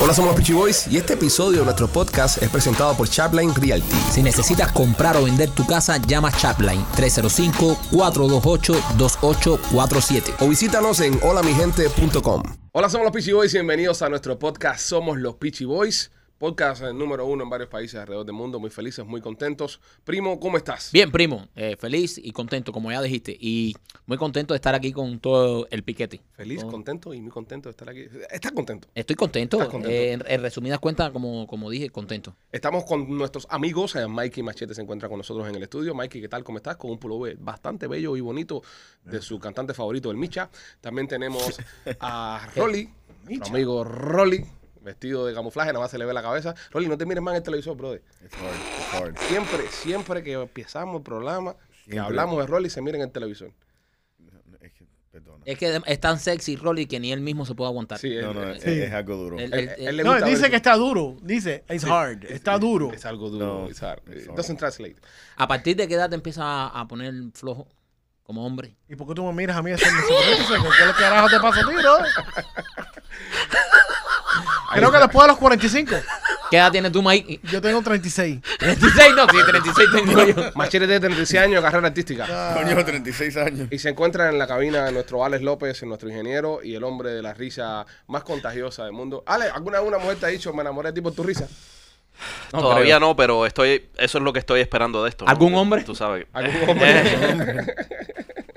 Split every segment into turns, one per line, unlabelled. Hola, somos los Peachy Boys y este episodio de nuestro podcast es presentado por Chapline Realty.
Si necesitas comprar o vender tu casa, llama Chapline 305-428-2847.
O visítanos en holamigente.com. Hola, somos los Peachy Boys y bienvenidos a nuestro podcast Somos los Peachy Boys. Podcast eh, número uno en varios países alrededor del mundo. Muy felices, muy contentos. Primo, ¿cómo estás?
Bien, primo, eh, feliz y contento, como ya dijiste, y muy contento de estar aquí con todo el piquete.
Feliz,
Con-
contento y muy contento de estar aquí. ¿Estás contento?
Estoy contento,
Estás contento.
eh, en, en resumidas cuentas, como, como dije, contento.
Estamos con nuestros amigos. eh, Mikey Machete se encuentra con nosotros en el estudio. Mikey, ¿qué tal? ¿Cómo estás? Con un pullover bastante bello y bonito de su cantante favorito, el Micha. También tenemos a Rolly, nuestro amigo Rolly, vestido de camuflaje, nada más se le ve la cabeza. Rolly, no te mires más en el televisor, brother.
It's hard. It's hard.
Siempre, siempre que empezamos el programa, que
Siempre.
hablamos de Rolly, se mira en el televisor.
Es que, perdona.
Es que es tan sexy Rolly que ni él mismo se puede aguantar.
Sí, él-
no, no,
él-
es,
Sí.
es algo duro.
El-
él- él le
Eh, No,
gusta ver
dice
eso.
que está duro. Dice, it's hard. Está duro.
Es algo duro.
No,
it's hard.
it's
It doesn't translate.
¿A partir de qué edad te empieza a, a poner flojo como hombre?
¿Y por qué tú me miras a mí haciendo eso? ¿Qué lo carajo te pasa a ti, bro? Creo que después de los 45.
¿Qué edad tienes tú, Mike?
Yo tengo 36.
36, no, sí, 36 tengo yo.
Machete tiene 36 años de carrera artística.
Ah.
Coño, 36 años.
Y se encuentra en la cabina nuestro Alex López, nuestro ingeniero y el hombre de la risa más contagiosa del mundo. Alex, ¿alguna una mujer te ha dicho me enamoré de ti por tu risa?
Todavía no, pero estoy, eso es lo que estoy esperando de esto.
¿Algún hombre?
Tú sabes.
¿Algún hombre?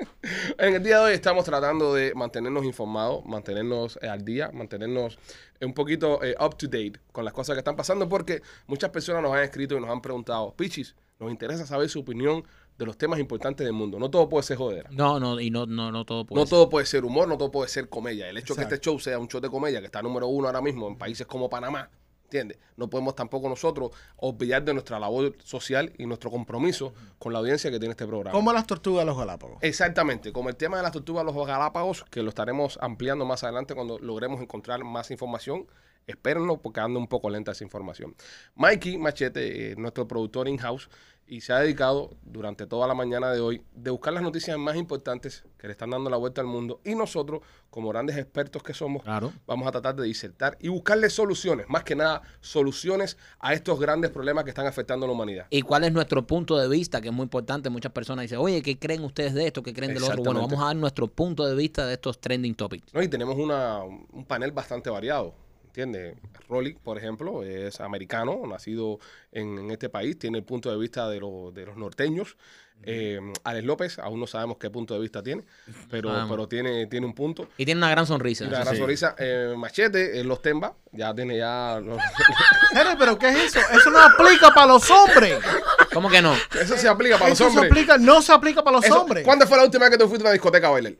en el día de hoy estamos tratando de mantenernos informados, mantenernos eh, al día, mantenernos eh, un poquito eh, up to date con las cosas que están pasando porque muchas personas nos han escrito y nos han preguntado, Pichis, nos interesa saber su opinión de los temas importantes del mundo. No todo puede ser joder.
No, no, y no, no, no todo puede
no
ser.
todo puede ser humor, no todo puede ser comedia. El hecho de que
Exacto.
este show sea un show de comedia, que está número uno ahora mismo en países como Panamá, ¿entiendes? No podemos tampoco nosotros olvidar de nuestra labor social y nuestro compromiso con la audiencia que tiene este programa.
Como las tortugas de los Galápagos.
Exactamente, como el tema de las tortugas de los Galápagos, que lo estaremos ampliando más adelante cuando logremos encontrar más información. Espérenlo porque anda un poco lenta esa información. Mikey Machete, eh, nuestro productor in-house, y se ha dedicado durante toda la mañana de hoy de buscar las noticias más importantes que le están dando la vuelta al mundo. Y nosotros, como grandes expertos que somos,
Claro.
vamos a tratar de disertar y buscarle soluciones, más que nada soluciones a estos grandes problemas que están afectando a la humanidad.
¿Y cuál es nuestro punto de vista? Que es muy importante. Muchas personas dicen, oye, ¿qué creen ustedes de esto? ¿Qué creen del otro? Bueno,
Exactamente.
vamos a dar nuestro punto de vista de estos trending topics.
No, y tenemos una, un panel bastante variado, ¿entiendes? Rolly, por ejemplo, es americano, nacido en, en este país, tiene el punto de vista de, lo- de los norteños. Eh, Alex López, aún no sabemos qué punto de vista tiene, pero,
Sabemos.
pero tiene, tiene un punto.
Y tiene una gran sonrisa.
Y la gran
sí.
sonrisa, eh, Machete, eh, los Temba, ya tiene ya... los-
Serio, ¿Pero qué es eso? Eso no aplica para los hombres.
¿Cómo que no?
eso se aplica para los
Eh, eso
hombres.
se aplica, no se aplica para los
Eso-
hombres.
¿Cuándo fue la última vez que tú fuiste a una discoteca a bailar?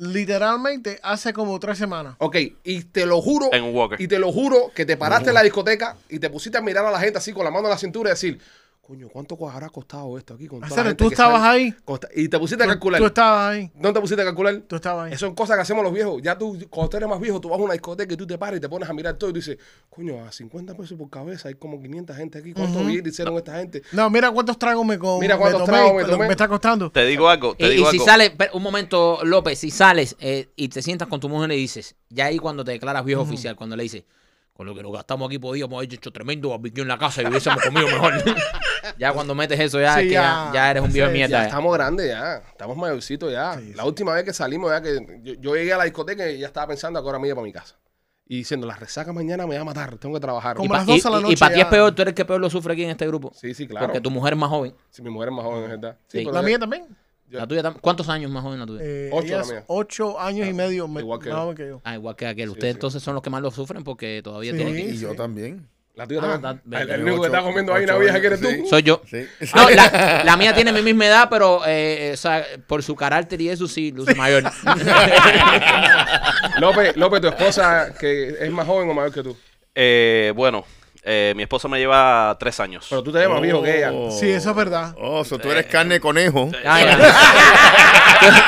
Literalmente hace como tres semanas.
Ok, y te lo juro.
En un walker.
Y te lo juro que te paraste en la discoteca y te pusiste a mirar a la gente así con la mano en la cintura y decir, coño, ¿cuánto co- habrá costado esto aquí? Con toda la
Acero,
gente
Ah, tú
que
estabas
sale?"
ahí.
Costa- y te pusiste a calcular.
Tú estabas ahí.
¿Dónde te pusiste a calcular?
Tú estabas ahí.
Esas son cosas que hacemos los viejos. Ya tú, cuando tú eres más viejo, tú vas a una discoteca y tú te paras y te pones a mirar todo y tú dices, coño, a 50 pesos por cabeza hay como 500 gente aquí. ¿Cuánto billetes hicieron esta gente?
No, mira cuántos tragos me, co-
Mira
me
cuántos
tomé,
tragos me
lo que
tomé.
me está costando.
Te digo algo,
Y,
te digo
y si
algo.
sales, per- un momento, López, si sales eh, y te sientas con tu mujer y dices, ya ahí cuando te declaras viejo oficial, cuando le dices, con lo que nos gastamos aquí podíamos haber hecho tremendo barbecue en la casa y hubiésemos comido mejor. ya cuando metes eso, ya,
Sí,
es que ya,
ya.
ya eres un viejo de
Sí, ya
mierda.
Ya
eh.
estamos grandes ya, estamos mayorcitos ya. la última vez que salimos ya que yo, yo llegué a la discoteca y ya estaba pensando que ahora me iba para mi casa. Y diciendo, la resaca mañana me va a matar, tengo que trabajar.
Como
Y pa-
las doce de la noche
para ti
ya.
es peor, tú eres el que peor lo sufre aquí en este grupo.
Sí, sí, claro.
Porque tu mujer es más joven.
Si mi mujer es más joven, es verdad. Sí, pues,
Sí.
pero
La
ya-
mía también.
Yo-
La tuya tam- ¿Cuántos años más joven la tuya?
Eh,
Ocho,
ella
la
es
mía.
ocho años y medio me-
Igual que
más
yo.
joven que yo.
Ah, igual que aquel. Ustedes entonces son los que más lo sufren porque todavía
Sí.
tienen que...
Y
sí.
yo también.
la tuya
Ah,
también. el,
da-
el
Tengo
único que
ocho-
está comiendo ahí
ocho
una vieja que eres
años,
tú.
sí.
Soy yo.
Sí.
Ah,
No, la, la mía tiene mi misma edad, pero eh, eh, o sea, por su carácter y eso sí, luce mayor.
López, López, tu esposa que es más joven o mayor que tú.
Eh, bueno, eh, mi esposa me lleva tres años.
Pero tú te ves más viejo que ella.
Oh.
Sí, eso es verdad.
Oh, so tú eres carne de conejo.
Ay, ay. Tú-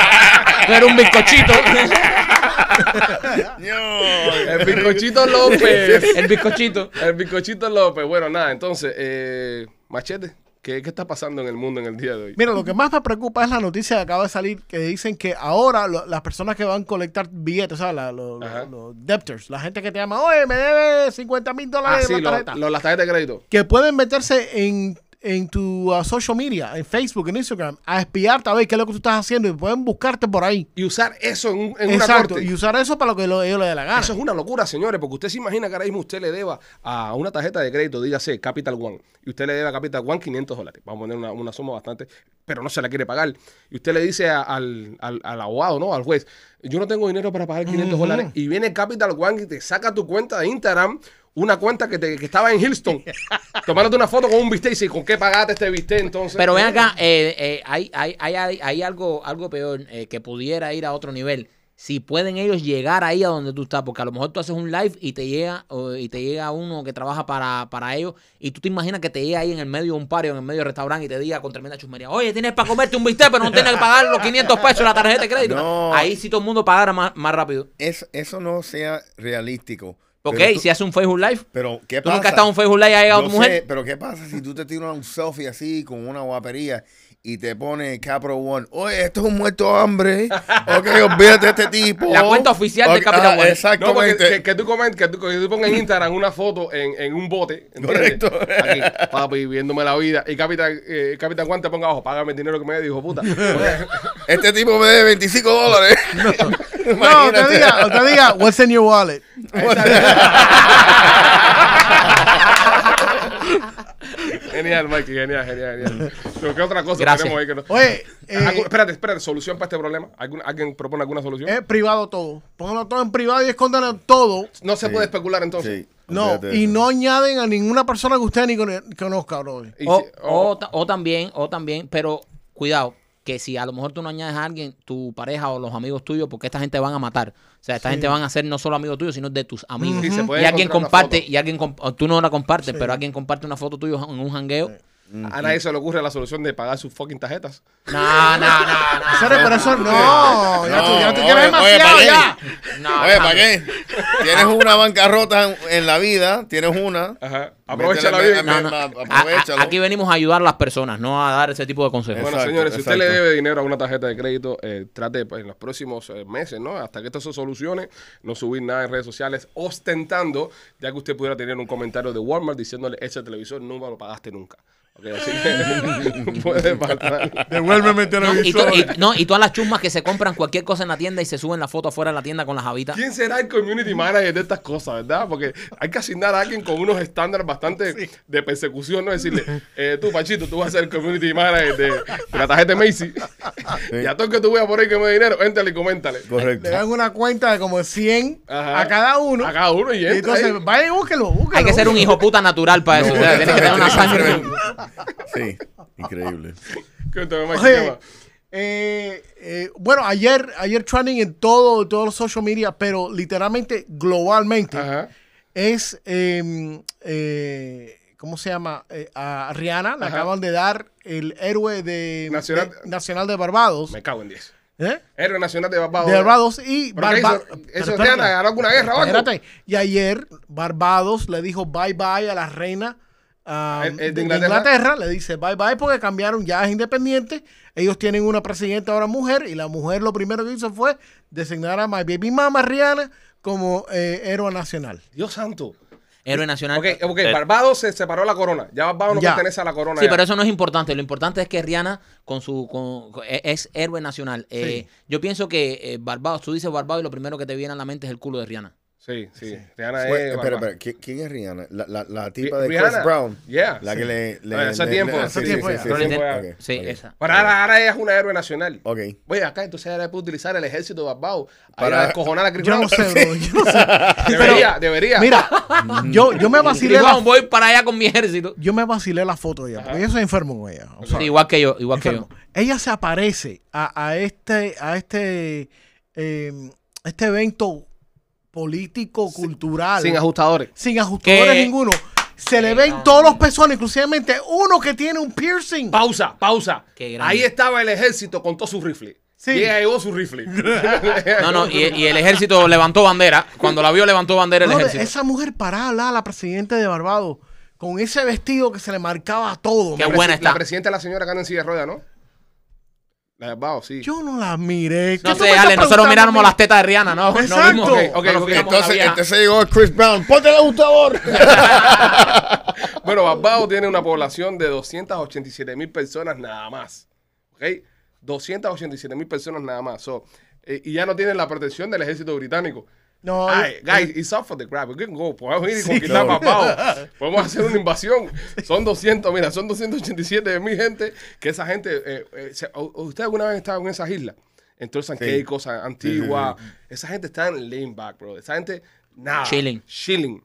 Tú eres un bizcochito.
No.
El bizcochito López.
El bizcochito.
el bizcochito López. Bueno, nada, entonces, eh, Machete, ¿Qué, qué está pasando en el mundo en el día de hoy?
Mira, lo que más me preocupa es la noticia que acaba de salir que dicen que ahora lo- las personas que van a colectar billetes, o sea, la- lo- lo-
Ajá.
los debtors, la gente que te llama, oye, me debe 50 mil
Ah,
dólares
sí,
de la
lo-
tarjeta",
lo- las tarjetas de crédito.
que pueden meterse en, en tu uh, social media, en Facebook, en Instagram, a espiarte a ver qué es lo que tú estás haciendo y pueden buscarte por ahí.
Y usar eso en, un- en una
Exacto,
corte.
y usar eso para lo que lo- ellos les dé la gana.
Eso es una locura, señores, porque usted se imagina que ahora mismo usted le deba a una tarjeta de crédito, dígase Capital One, y usted le debe a Capital One 500 dólares. Vamos a poner una, una suma bastante, pero no se la quiere pagar. Y usted le dice a- al, al- al abogado, ¿no? Al juez, yo no tengo dinero para pagar 500 dólares. Y viene Capital One y te saca tu cuenta de Instagram, una cuenta que, te- que estaba en Houston, tomándote una foto con un bistec y dice, ¿con qué pagaste este bistec entonces?
Pero ven acá, eh, eh, hay, hay, hay, hay- hay algo, algo peor eh, que pudiera ir a otro nivel. Si pueden ellos llegar ahí a donde tú estás, porque a lo mejor tú haces un live y te llega o- y te llega uno que trabaja para, para ellos y tú te imaginas que te llega ahí en el medio de un pario, en el medio del restaurante y te diga con tremenda chusmería, oye, tienes para comerte un bistec, pero no tienes que pagar los 500 pesos de la tarjeta de crédito.
No.
Ahí sí todo el mundo pagara más, más rápido.
Es- eso no sea realístico.
Porque
Pero
hey,
tú-
si hace un Facebook Live,
Pero, ¿qué
tú
pasa?
nunca has estado en un Facebook Live y ha llegado
Yo
tu mujer.
sé, pero ¿qué pasa si tú te tiras un selfie así con una guapería y te pone Capro One? Oye, esto es un muerto de hambre. Ok, olvídate de este tipo.
La cuenta oficial de
Ok, ah,
Capro One.
No, porque
Exactamente.
que, que tú comen- que tú, que tú pongas en Instagram una foto en, en un bote. ¿entiendes?
Correcto.
Aquí, papi, viviéndome la vida. Y Capitán, eh, Capitán Juan te ponga abajo, págame el dinero que me dijo, puta.
Este tipo me debe 25 dólares.
No, te
Imagínate.
diga, o te diga, what's in your wallet?
genial, Mikey, genial, genial, genial. Pero, ¿Qué otra cosa
Gracias.
tenemos ahí que no?
Oye,
Ajá, cu-
eh,
espérate, espérate, solución para este problema. ¿Algún- ¿Alguien propone alguna solución?
es privado todo. Pónganlo todo en privado y escóndanlo todo.
no se puede especular entonces.
Sí,
No,
olvídate de
y
eso.
no añaden a ninguna persona que usted ni cono- conozca, bro.
Y
O,
si- oh, o-
o ta- o también, o también, pero cuidado, que si a lo mejor tú no añades a alguien, tu pareja o los amigos tuyos, porque esta gente van a matar. O sea, esta gente van a ser no solo amigos tuyos, sino de tus amigos.
Sí, se puede
y alguien
encontrar una
comparte,
foto.
y alguien, comp- o tú no la compartes, pero alguien comparte una foto tuya en un jangueo.
a nadie se le ocurre la solución de pagar sus fucking tarjetas.
No, no, no, no.
Señores, pero eso no, ya tú, ya tú quieres
oye, oye,
demasiado
¿para qué?
ya.
No,
Oye, ¿para
no.
qué? Tienes una bancarrota en, en la vida, tienes una.
Ajá. Aprovecha la
Métele-
vida.
me-
No, no.
ma-
A- a-
aprovechalo.
aquí venimos a ayudar a las personas, no a dar ese tipo de consejos.
Bueno,
Exacto,
señores, si usted le
exacto.
debe dinero a una tarjeta de crédito, eh, trate pues, en los próximos eh, meses, ¿no? Hasta que esto se solucione, no subir nada en redes sociales ostentando, ya que usted pudiera tener un comentario de Walmart diciéndole, ese televisor nunca lo pagaste nunca. Ok, así que puede pasar.
Devuélveme el
No, y, to- y- no, y todas las chumas que se compran cualquier cosa en la tienda y se suben la foto afuera de la tienda con las habitas.
¿Quién será el community manager de estas cosas, verdad? Porque hay que asignar a alguien con unos estándares bastante de persecución, ¿no? Decirle, eh, tú, Pachito, tú vas a ser el community manager de, de la tarjeta de Macy. Y a todo el que tú veas por ahí que me dé dinero, éntale y coméntale.
Le
Correcto.
dan una cuenta de como 100
Ajá.
a cada uno.
A cada uno y
Y
entra ahí.
entonces, vayan, búsquelo, búsquelo.
Hay que ser un
búsquelo.
hijo puta natural para eso. o sea, tienes que tener una sangre.
Sí, increíble.
Cuéntame, Mike, ¿qué
Oye,
más?
eh, eh, bueno, ayer, ayer trending en todo, todos los social media, pero literalmente globalmente
Ajá.
es, eh, eh, ¿cómo se llama? Eh, a Rihanna le
Ajá.
acaban de dar el héroe de
Nacional-
de- nacional de Barbados.
Me cago en 10.
¿eh?
Héroe Nacional de Barbados.
De Barbados y
¿Pero qué
Barbados.
hizo? ¿Eso es Rihanna? ¿Ganó alguna guerra o algo?
Y ayer Barbados le dijo bye bye a la reina ah,
¿El- el de
de, de Inglaterra?
Inglaterra?
Le dice bye bye porque cambiaron, ya es independiente. Ellos tienen una presidenta ahora mujer y la mujer lo primero que hizo fue designar a My Baby Mama Rihanna como eh, héroe nacional.
Dios santo.
Héroe nacional.
Ok, ok, Barbados se separó la corona. Ya Barbados no
Ya.
pertenece a la corona.
eh. Sí,
ya.
pero eso no es importante. Lo importante es que Rihanna con su con- con- e- es héroe nacional. Eh, Yo pienso que eh, Barbados, tú dices Barbados y lo primero que te viene a la mente es el culo de Rihanna.
Sí, sí. Rihanna
Fue-
es.
espera,
Barbados.
espera, ¿qui- ¿quién es Rihanna? La, la, la tipa de
Rihanna.
Chris Brown.
Yeah.
La
Sí.
que le. le
Ah, hace
le-
tiempo.
le-
Hace
sí,
tiempo ya.
sí, sí,
Pero
sí.
le-
Ok,
sí,
ok.
esa.
Pero ahora, ahora ella es una héroe nacional.
Oh.
Ok.
Oye, acá, entonces ahora puede utilizar el ejército de Barbados para
Para-
descojonar a Chris
Yo no
Brown.
sé, bro. Yo no sé.
Debería, debería.
Mira, yo, yo me
Y
vacilé
Juan,
la,
voy para allá con mi ejército.
yo me vacilé la foto de ella, porque yo soy enfermo con ella. o sea,
Sí, igual que yo, igual que yo.
enfermo. Ella se aparece a, a este a este eh, este evento político cultural
Sin ajustadores.
sin ajustadores
Que-
ninguno. Se le ven todos los pezones, inclusivamente uno que tiene un piercing.
Pausa, pausa.
Qué grande.
Ahí estaba el ejército con todos sus rifles.
Sí.
Y ella llevó su rifle.
No, no, y, y el ejército levantó bandera. Cuando la vio, levantó bandera el
Brother,
ejército.
esa mujer parada al lado de la presidenta de Barbados con ese vestido que se le marcaba a todo.
Qué
man.
La
buena
presi-
está.
La presidenta es la señora que anda en silla de ruedas, ¿no? La de Bao, sí.
Yo no la miré.
No sé, Ale, nosotros miramos las tetas de Rihanna, ¿no? No
Exacto.
vimos-
Ok, ok,
no nos
ok.
fijamos en la
Entonces,
vieja.
entonces llegó Chris Brown. ¡Ponte el ajustador!
Bueno, Barbado tiene una población de 287 mil personas nada más. ¿Ok? 287 mil personas nada más. So, eh, y ya no tienen la protección del ejército británico.
No,
Ay, guys, it's up for the grab. We can go. Podemos ir y conquistar Barbado. Podemos hacer una invasión. Son 200, mira, son 287 mil gente. Que esa gente. eh, eh, se- ¿u- ¿Usted alguna vez estaba en esas islas? En Torres and Caicos, San- Antigua. Esa gente está en lane back, bro. Esa gente, nada.
Chilling.
Chilling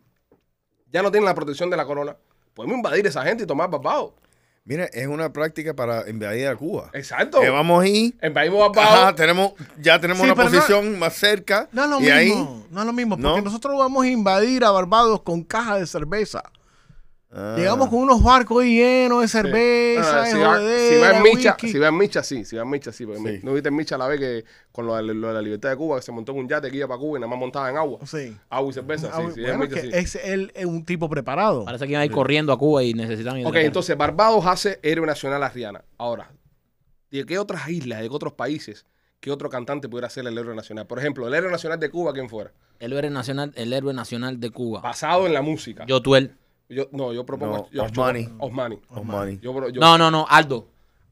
ya no tienen la protección de la corona. Podemos invadir a esa gente y tomar Barbados.
Mira, es una práctica para invadir a Cuba.
Exacto.
Que vamos a ir.
Invadimos Barbados.
Ajá, tenemos, ya tenemos
Sí,
una
pero no-
posición más cerca.
No es lo
y
mismo.
ahí.
No es lo mismo.
¿No?
Porque nosotros vamos a invadir a Barbados con cajas de cerveza.
Ah.
Llegamos con unos barcos ahí llenos de cerveza,
Ah,
de
si, va, si
jodedera,
va en Micha,
whisky.
si va en Micha, sí, si va en Micha, sí. porque
Sí.
¿No viste en Micha la vez que con lo de, lo de la libertad de Cuba, que se montó en un yate que iba para Cuba y nada más montaba en agua?
Sí.
Agua y cerveza,
Ah,
sí, sí,
bueno,
en Micha,
que
sí.
es él es un tipo preparado.
Parece que iban a ir corriendo a Cuba y necesitan ir.
Ok, entonces Barbados hace héroe nacional a Rihanna. Ahora, ¿de qué otras islas, de qué otros países, qué otro cantante pudiera ser el héroe nacional? Por ejemplo, el héroe nacional de Cuba, ¿quién fuera?
El héroe nacional, el héroe nacional de Cuba.
Basado en la música.
Yo tuel.
Yo- no, yo propongo.
No,
yo- yo-
Osmani.
Osmani.
Osmani.
Yo, bro, yo-
No, no, no, Aldo.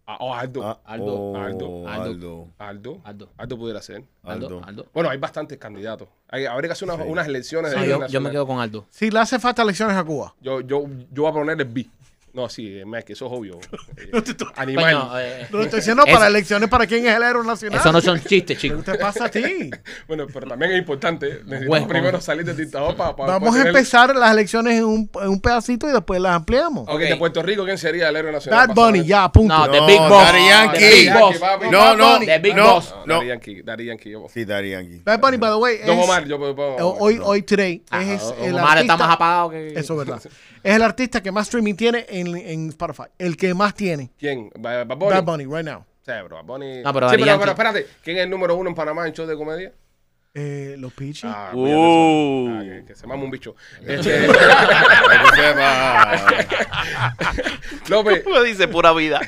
Ah, oh, Aldo.
Ah,
Aldo,
oh,
Aldo,
Aldo.
Aldo.
Aldo.
Aldo pudiera ser.
Aldo,
Aldo.
Aldo.
Bueno, hay bastantes candidatos. Hay- habría que hacer unas, unas elecciones.
No,
de
yo, yo me quedo con Aldo.
Si le hace falta elecciones a Cuba.
Yo, yo, yo voy a poner el B. No, sí, eh, Mac, eso es obvio. Eh, Animal.
Coño, eh,
No estoy diciendo
Eso-
para elecciones para quién es el héroe nacional.
eso no son chistes, chicos.
¿Qué te pasa a ti?
Bueno, pero también es importante. eh, Necesitamos
Bueno.
primero salir del dictador para.
Vamos a empezar las elecciones en un, en un pedacito y después las ampliamos.
Ok, de Puerto Rico, ¿quién sería el héroe nacional?
Bad Bunny, ya, punto.
No,
No,
The Ah, Big Boss.
Daddy Yankee.
The Big Boss.
Papi.
No, no,
The Big
no,
Boss.
No,
no.
Daddy Yankee, Daddy Yankee, yo.
Sí, Daddy Yankee.
Bad Bunny, by the way, es,
Don Omar, yo. yo-
eh,
yo-
hoy, hoy today,
Oh, Ah,
es
Don
el
Omar está
artista-
más apagado que.
Eso es verdad. Es el artista que más streaming tiene en, en Spotify. El que más tiene.
¿Quién? Ba- Bad Bunny.
Bad Bunny, right now.
Sí, pero Bad Bunny.
No, Ah, pero
sí,
Daddy
pero, pero
Yankee-
espérate, ¿quién es el número uno en Panamá en shows de comedia?
Eh, los Pichi.
Ah, mira,
Uh.
eso. Ah, que, que se mama un bicho. Este,
Para que sepa.
López,
Me dice pura vida.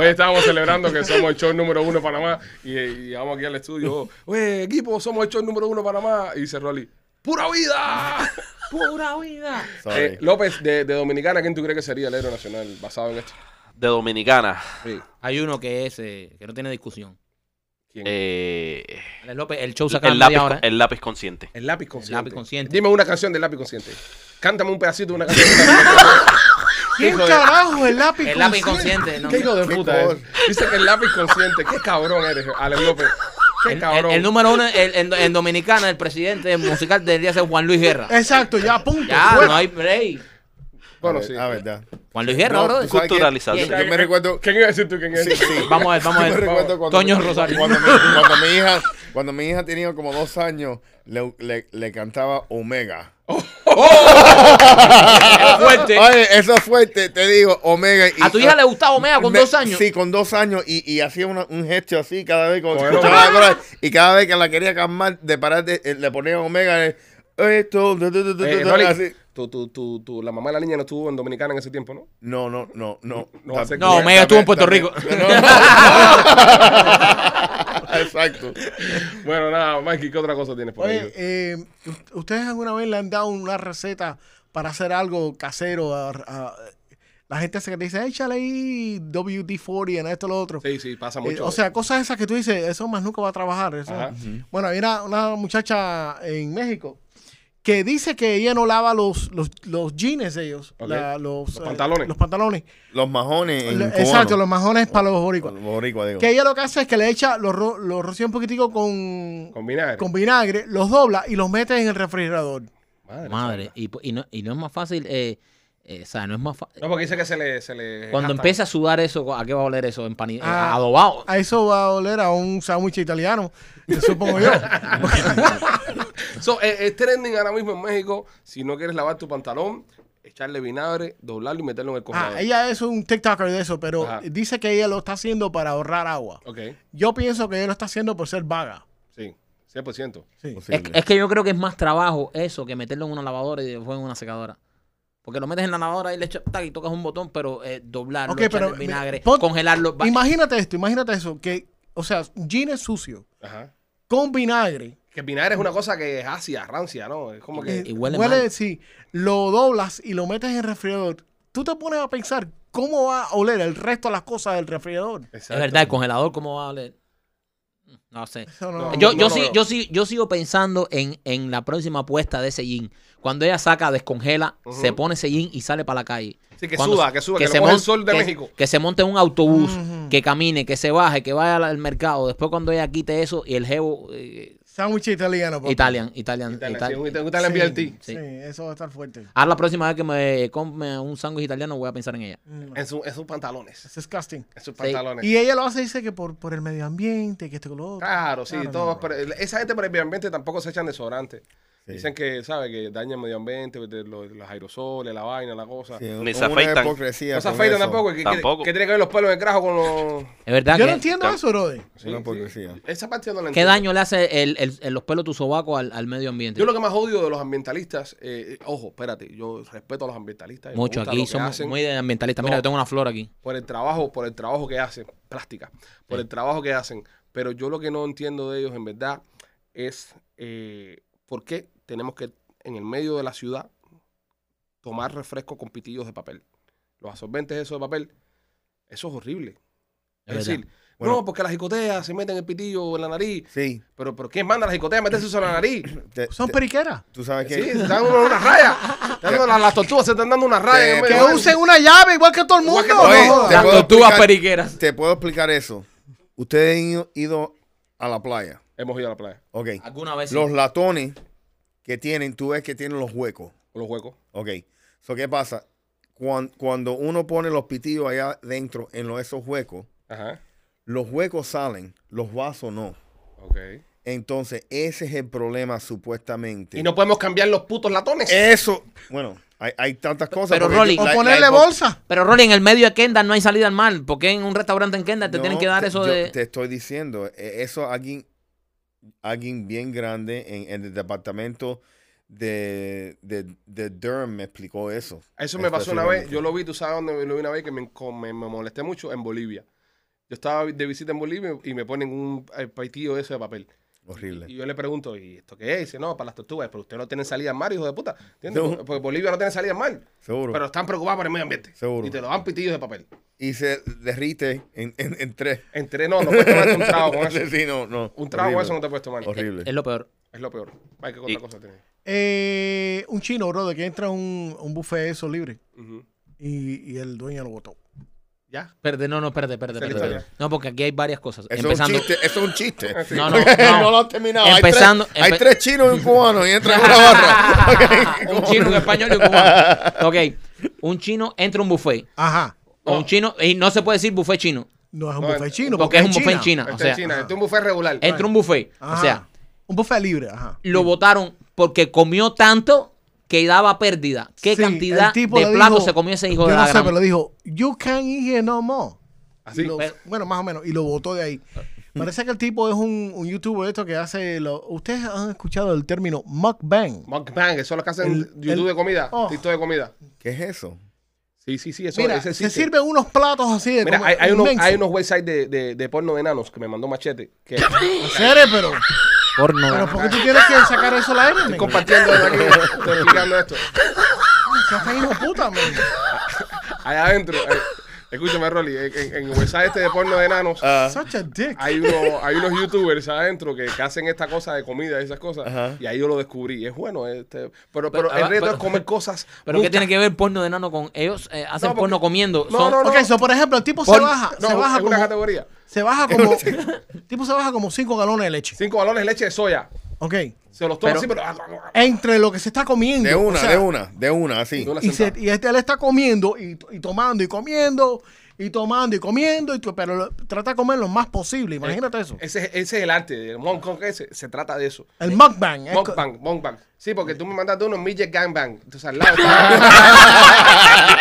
hoy estábamos celebrando que somos el show número uno en Panamá y, y llegamos aquí al estudio. Oye, equipo, somos el show número uno en Panamá. Y dice Rolly, ¡pura vida!
Pura vida.
Sorry.
Eh, López, de, de Dominicana, ¿quién tú crees que sería el héroe nacional basado en esto?
De Dominicana.
Sí.
Hay uno que es eh, que no tiene discusión.
¿Quién?
Eh,
Alex López, el show saca
el,
media
lápiz,
hora.
el lápiz consciente.
el lápiz consciente.
lápiz consciente.
Dime una canción del lápiz consciente. Cántame un pedacito de una canción del lápiz consciente.
¿Quién
hijo de-
carajo el lápiz
El lápiz
consciente?
consciente. ¿no?
¿Qué hijo de
Qué
puta
cor-
es? Dice que el lápiz consciente. ¿Qué cabrón eres, Alex López? ¿Qué
El, el-
cabrón?
el número uno el- en, en Dominicana, el presidente musical debería ser Juan Luis Guerra.
Exacto, ya, punto.
Ya,
fuera.
no hay break.
Bueno,
A ver,
sí.
Ah, verdad.
Juan Luis Guerra,
No,
brother.
tú sabes que-
Culturalización.
Yo me recuerdo.
¿Quién iba a decir tú quién es? Eh,
Sí, sí.
Vamos a ver, vamos a
Yo me
ver.
recuerdo cuando
Toño
mi-
Rosario.
Cuando mi, cuando mi hija, cuando mi hija tenía como dos años, le, le- le cantaba Omega.
Fuerte.
Oye, eso es fuerte, te digo, Omega. y-
A tu hija le gustaba Omega Ah, con
Me-
dos años.
Sí, con dos años y, y hacía una- un gesto así cada vez con,
Bueno,
escuchaba
Ah.
la cola, y cada vez que la quería calmar de parar de- eh, le ponía Omega eh, esto du, du, du, du,
Eh,
du,
Rolly,
así.
tú, tú, tú, tú, la mamá de la niña no estuvo en Dominicana en ese tiempo, ¿no?
No, no, no, no.
No hace-
No, Omega estuvo en Puerto Rico.
Exacto.
Bueno, nada, Mikey, ¿qué otra cosa tienes por
Oye,
ahí?
eh, ¿ustedes alguna vez le han dado una receta para hacer algo casero? a- a- la gente se que te dice, échale ahí WD-40 en esto lo otro.
Sí, sí, pasa
Eh,
mucho.
o sea, cosas esas que tú dices, eso más nunca va a trabajar. eso-
Ajá.
Bueno, había una, una muchacha en México que dice que ella no lava los, los, los jeans de ellos.
Ok.
la- los, eh,
Los pantalones.
Los pantalones.
Los majones. en
Le-
cubano.
Exacto, los majones para los boricuas.
Los boricuas, digo.
Que ella lo que hace es que le echa, los, ro- los rocía un poquitico con,
con vinagre.
con vinagre, los dobla y los mete en el refrigerador.
Madre.
Madre, y, po- y no, y no es más fácil. Eh, eh, o sea, no es más fácil.
No, porque dice que se le. Se le
Cuando
jasta.
empieza a sudar eso, ¿a qué va a oler eso? Empani- eh,
Ah.
adobado.
A eso va a oler a un sándwich italiano, que supongo yo.
So, eh, es trending ahora mismo en México. Si no quieres lavar tu pantalón, echarle vinagre, doblarlo y meterlo en el congelador.
Ah, ella es un TikToker de eso, pero
Ajá.
dice que ella lo está haciendo para ahorrar agua.
Ok,
Yo pienso que ella lo está haciendo por ser vaga.
sí. 100%.
Sí.
Es,
Posible.
es que yo creo que es más trabajo eso que meterlo en una lavadora y después en una secadora. Porque lo metes en la lavadora y le echas tac, y tocas un botón, pero eh, doblarlo,
Ok,
echarle
pero
el vinagre,
me- pon-
congelarlo. va-
Imagínate esto, imagínate eso. Que, o sea, jean es sucio
Ajá.
con vinagre.
Que el vinagre es una cosa que es ácida, rancia, ¿no? Es como
eh,
que.
Y huele mal.
sí. Lo doblas y lo metes en el refrigerador. Tú te pones a pensar cómo va a oler el resto de las cosas del refrigerador.
Es verdad, el congelador, ¿cómo va a oler? No sé.
Eso
No,
Yo, yo,
lo
sí,
veo.
yo, sí, yo sigo pensando en, en la próxima apuesta de ese jean. Cuando ella saca, descongela,
Ujú.
se pone ese jean y sale para la calle.
Sí, que
Cuando-
suba, que suba, que, lo coja
mon-
el sol de
que-
México.
Que se monte en un autobús,
Ujú.
que camine, que se baje, que vaya al- al mercado. Después cuando ella quite eso y el jevo... eh,
Sándwich italiano. papá.
Italian, Italian,
Italia,
Italian.
sí, un- un Italian BLT.
Sí,
Sí.
eso va a estar fuerte.
Ahora la próxima vez que me come un sándwich italiano voy a pensar en ella.
Mm,
En, su- en sus pantalones.
Es disgusting.
En sus
Sí.
pantalones.
Y ella lo hace, dice que por, por el medio ambiente, que esto que lo otro.
Claro, sí,
Claro,
todos,
no,
pero esa gente por el medio ambiente tampoco se echan desodorante.
Sí.
Dicen que, ¿sabe? Que daña el medio ambiente, pues, de lo- los, aerosoles, la vaina, la cosa.
Sí,
Ni
un-
se
una
afeitan.
hipocresía
No se
con
afeitan
eso.
tampoco. Que,
Tampoco.
Que, que tiene que ver los pelos en el grajo con los...
Es verdad
Yo
que...
no entiendo
Claro.
eso, brother.
Sí,
una
sí.
hipocresía.
Esa parte no la
¿Qué
entiendo.
daño le hace el, el- el- los pelos de tu sobaco al, al medio ambiente?
Yo lo que más odio de los ambientalistas, eh, ojo, espérate, yo respeto a los ambientalistas. me
Mucho
gusta
aquí,
lo que
somos
hacen.
muy de ambientalistas. Mira,
No.
yo tengo una flor aquí.
por el trabajo, por el trabajo que hacen, plástica, por el trabajo que hacen. Pero yo lo que no entiendo de ellos en verdad es eh, por qué tenemos que en el medio de la ciudad tomar refresco con pitillos de papel. Los absorbentes esos de papel, eso es horrible. Es,
Es verdad.
decir,
Bueno.
no, porque las jicoteas se meten el pitillo en la nariz.
Sí.
Pero, ¿por ¿quién manda las jicoteas a meterse eso en la nariz?
te-
Son
te-
periqueras.
Tú sabes
Sí,
que
se están dando una raya. Están dando- las, las tortugas se están dando una raya. en el medio
Que
de la-
usen una llave igual que todo el mundo.
Igual que
no
todo el
Oye,
mundo.
jodas.
te puedo
tortugas
explicar-
periqueras.
Te puedo explicar eso. Ustedes han ido- ido a la playa.
Hemos ido a la playa,
Ok.
Alguna vez... Ah, sí.
Los latones que tienen, tú ves que tienen los huecos.
con los huecos.
Ok. So, ¿qué pasa? Cuan- Cuando, uno pone los pitillos allá dentro en lo- esos huecos,
Ajá.
los huecos salen, los vasos no.
Ok.
Entonces, ese es el problema supuestamente.
Y no podemos cambiar los putos latones.
Eso. Bueno, hay, hay tantas cosas.
pero,
porque
Rolly,
la-
O
la
ponerle
hipo-
bolsa.
Pero Rolly, en el medio de Kendall no hay salida al mar. ¿Por qué en un restaurante en Kendall te
No,
tienen que dar
te-
eso
yo
de...?
Te estoy diciendo, e- eso alguien, alguien bien grande en, en el departamento de, de, de Durham me explicó eso.
Eso me pasó una vez,
Específicamente.
yo lo vi, tú sabes dónde lo vi una vez que me, enco- me, me molesté mucho en Bolivia. Yo estaba de visita en Bolivia y me ponen un eh, paitillo eso de papel. Y
Horrible.
yo le pregunto, ¿y esto qué es? Y dice, no, para las tortugas. Pero ustedes no tienen salida al mar, hijo de puta. ¿Entiendes?
No.
Porque Bolivia no tiene salida al mar.
Seguro.
Pero están preocupados por el medio ambiente.
Seguro.
Y te lo dan pitillos de papel.
y se derrite en, en, en tres.
Entre, no, no puedes tomarte este un trago con eso.
Sí, no, no.
Un trago con
Horrible.
eso no te puedes tomar.
Horrible.
Es lo peor.
Es lo peor. Hay que
Y-
otra cosa tiene.
Eh, un chino, brother, que entra a un, un buffet de eso libre.
Ujú.
Y, y el dueño lo botó.
¿Ya?
Perde, no, no, espérate, espérate,
Esa es la
espérate.
historia.
No, porque aquí hay varias cosas.
Eso
Empezando...
es un chiste. Eso es un
Ah,
chiste.
No, no,
Porque
no.
lo han terminado. Hay
Empezando-
tres- Hay
empe-
tres, chinos y un cubano y entra en una barra. Ok.
un chino, un español y un cubano. Ok. Un chino entra a un buffet.
Ajá.
O un chino, y no se puede decir buffet chino.
No es un
No,
buffet
es-
chino.
porque es un
en
buffet en China.
Este
o sea,
es China. Este es un buffet regular.
Entra un buffet.
Ajá.
O sea,
Un buffet libre, ajá.
lo votaron porque comió tanto que daba pérdida. ¿Qué
Sí,
cantidad
el tipo
de
le
platos
dijo-
se comió ese hijo
yo
de
no
la
sé,
gran?
pero dijo, you can't eat here no more.
Así.
Y lo-
Pero-
bueno, más o menos. Y lo botó de ahí.
Ah.
Parece que el tipo es un, un youtuber esto que hace... Lo, Ustedes han escuchado el término mukbang.
Mukbang, eso es lo que hacen
El-
YouTube
el-
de comida,
Oh.
TikTok de comida.
¿Qué es eso?
Sí, sí, sí, eso
Mira,
ese
se
existe.
sirven unos platos así de...
Mira,
como
hay, hay unos,
inmenso.
hay unos websites de, de, de porno de enanos que me mandó Machete. Que estoy
En serio, pero...
Porno.
Pero ¿por qué tú tienes que sacar eso a la aire, men?
compartiendo desde aquí, estoy explicando esto.
Seas tan hijo de puta, men.
Allá adentro, eh, escúchame, Rolly, en, en- en el website este de porno de enanos
Ah,
Such a dick.
hay, uno, hay unos youtubers adentro que, que hacen esta cosa de comida y esas cosas.
Ajá.
Y ahí yo lo descubrí. Es bueno, este, pero, pero,
Pero,
el
ah,
reto
pero-
es comer cosas.
¿Pero qué
muchas.
tiene que ver porno de nano con ellos? eh, hacen
porque-
porno comiendo.
No,
Son-
no, no.
Ok, so, por ejemplo, el tipo se
Pon-
baja,
No,
se baja
es una
como,
categoría.
se baja como, el tipo se baja como 5 galones de leche.
Cinco balones de leche de soya.
Ok.
Se los toma
Pero-
así, pero. ah,
Entre lo que se está comiendo.
De una,
o sea,
de una, de una, así.
De una
Y, se,
sentada.
y este él está comiendo y, y tomando y comiendo y tomando y comiendo, y to- pero lo- trata de comer lo más posible. Imagínate eso.
Ese, es- ese es el arte. El Hong Kong ese, se trata de eso.
El mukbang. es co-
Mukbang, mukbang. Sí, porque tú me mandaste uno, Midget Gangbang. Entonces al lado está-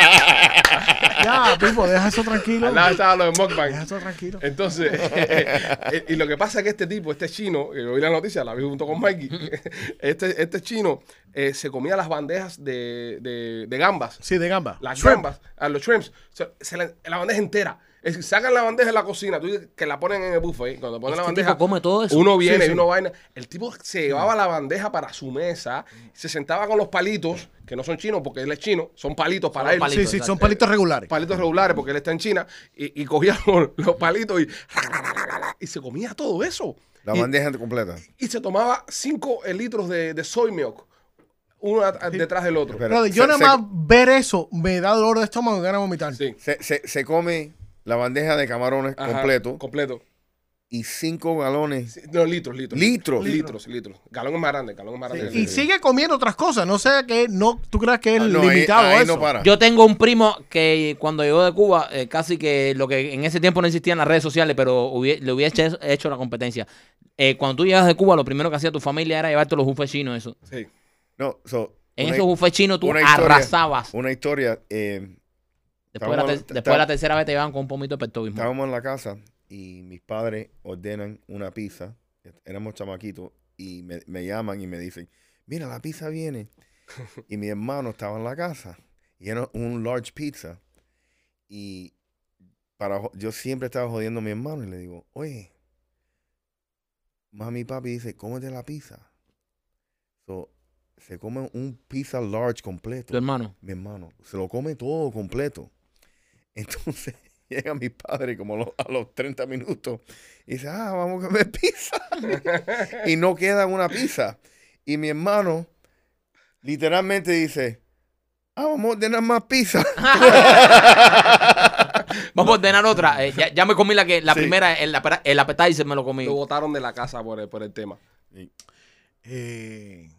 Ya, Pipo, deja eso tranquilo.
Al lado
Deja
estaba lo de Mukbang.
eso tranquilo.
Entonces, y lo que pasa es que este tipo, este chino, que oí la noticia, la vi junto con Mikey, este, este chino eh, se comía las bandejas de, de, de gambas,
Sí, de gamba.
las
Shrimp.
gambas, a los shrimps, se, se la, la bandeja entera. Es decir, sacan la bandeja de la cocina, tú dices que la ponen en el buffet, ¿eh? cuando ponen la
Este
bandeja,
tipo come todo eso.
uno viene
Sí, sí.
y uno vaina. El tipo se llevaba la bandeja para su mesa, se sentaba con los palitos, que no son chinos porque él es chino, son palitos para
los
él.
palitos.
Sí, sí, son palitos regulares.
palitos regulares porque él está en China y, y cogía los, los palitos y, y se comía todo eso.
La
Y-
bandeja completa.
Y, se tomaba 5 litros de, de soy milk, uno at- detrás del otro.
Espera.
Brother, yo
Se-
nada
se-
más ver eso me da dolor de estómago y ganas de vomitar.
Sí.
Se, se, se come la bandeja de camarones
Ajá,
completo
Completo.
y cinco galones.
Sí, No, litros, litros.
Litros.
Litros, litros. Galón es más grande, galón es más grande. que
Y
el litro.
sigue comiendo otras cosas. No sé que no, tú creas que es
Ah, no, ahí-
limitado
ahí,
a eso.
no para.
Yo tengo un primo que cuando llegó de Cuba, eh, casi que lo que en ese tiempo no existían las redes sociales, pero hubie- le hubiese hecho, hecho la competencia. Eh, cuando tú llegas de Cuba, lo primero que hacía tu familia era llevarte los bufés chinos, eso.
Sí.
no, so,
En
una-
esos bufés chinos tú
una historia-
arrasabas.
Una historia. eh,
Después, de la, te-
Estamos-
después de la
está-
tercera vez te llevan con un pomito de pectobismo.
estábamos en la casa y mis padres ordenan una pizza. Éramos chamaquitos y me, me llaman y me dicen, mira, la pizza viene. y mi hermano estaba en la casa y era un large pizza. Y para, jo- yo siempre estaba jodiendo a mi hermano y le digo, oye, mami y papi dice, cómete la pizza. So, se come un pizza large completo
Tu hermano.
mi hermano, se lo come todo completo. Entonces llega mi padre como a los, a los 30 minutos y dice, ah, vamos a comer pizza. y no queda una pizza. Y mi hermano literalmente dice, ah, vamos a ordenar más pizza.
Vamos a ordenar otra. Eh, ya, ya me comí la que la primera, el, apera- el appetizer me lo comí.
Lo botaron de la casa por el, por el tema.
Eh,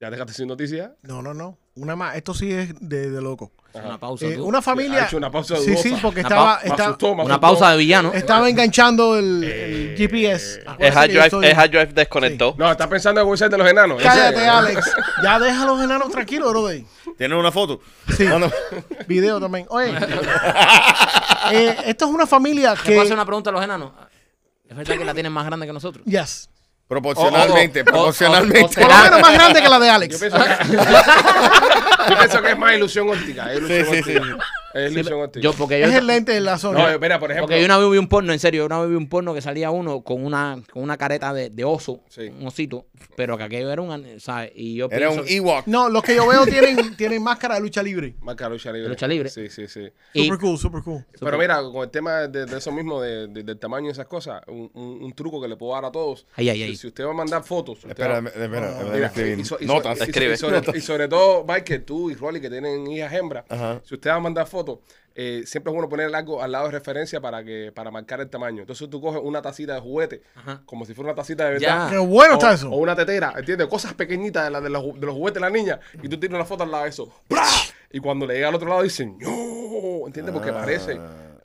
¿Ya dejaste sin noticia?
no, no, no. Una más. Esto sí es de, de loco.
Es Una pausa.
Eh,
tú.
una
Ha
familia.
hecho una pausa
Sí,
dudosa.
sí, porque
Una
estaba,
pa-
Me
estaba,
asustó, me
Una
asustó.
pausa de villano.
estaba enganchando el, el GPS.
Es
Acuérdate
Hard
que yo
Drive,
soy-
es Hard Drive desconectó.
No, está pensando en Wizard de los enanos. Ese-
Cállate, Alex. Ya deja a los enanos tranquilos, brother.
¿Tienes una foto?
Sí.
Ah, no.
Video también. Oye. eh, esto es una familia
¿Te
que.
puedo hacer una pregunta a los enanos? Es verdad que la tienen más grande que nosotros.
Yes.
Proporcionalmente,
O- o- o- o- o
proporcionalmente.
Por lo
será-
menos más grande que la de
Yo
Alex.
pienso, que, yo pienso que es más ilusión óptica. Es ilusión
Sí, sí, sí.
óptica. Es ilusión óptica.
Yo, porque yo,
Es el lente de la
no, eh,
zona.
espera, por ejemplo.
porque yo una vez vi un porno, en serio, yo una vez vi un porno que salía uno con una, con una careta de, de oso,
Sí.
un osito, pero que aquello era un, ¿sabes? Y yo
Era
pienso-
un Ewok.
No, los que yo veo tienen, tienen máscara de lucha libre.
Marca lucha libre.
Lucha libre.
Sí, sí, sí.
y-
Super cool, super cool.
Pero mira, con el tema de, de eso mismo, de, de- del tamaño y esas cosas, un, un- un truco que le puedo dar a todos.
Ay, ay,
Si-
ay.
Si, usted va a mandar fotos. usted
Espera,
va-
espera, espera, déjame
Mira,
escribir.
y so- y so-
Notas.
y so-
Escribe.
y sobre, y sobre todo, Michael, tú y Rolly, que tienen hijas hembras,
Ajá.
si usted va a mandar fotos, eh, siempre es bueno poner algo al lado de referencia para que para marcar el tamaño. Entonces tú coges una tacita de juguete,
Ajá.
como si fuera una tacita de
Ya.
verdad.
Qué bueno
Ah, o,
está eso.
o una tetera, ¿entiendes? Cosas pequeñitas de, la- de los, ju- de los juguetes de la niña y tú tienes una foto al lado de eso. ¡Bra! Y cuando le llega al otro lado dicen, ¡No! ¿Entiendes? Porque
Ah.
parece,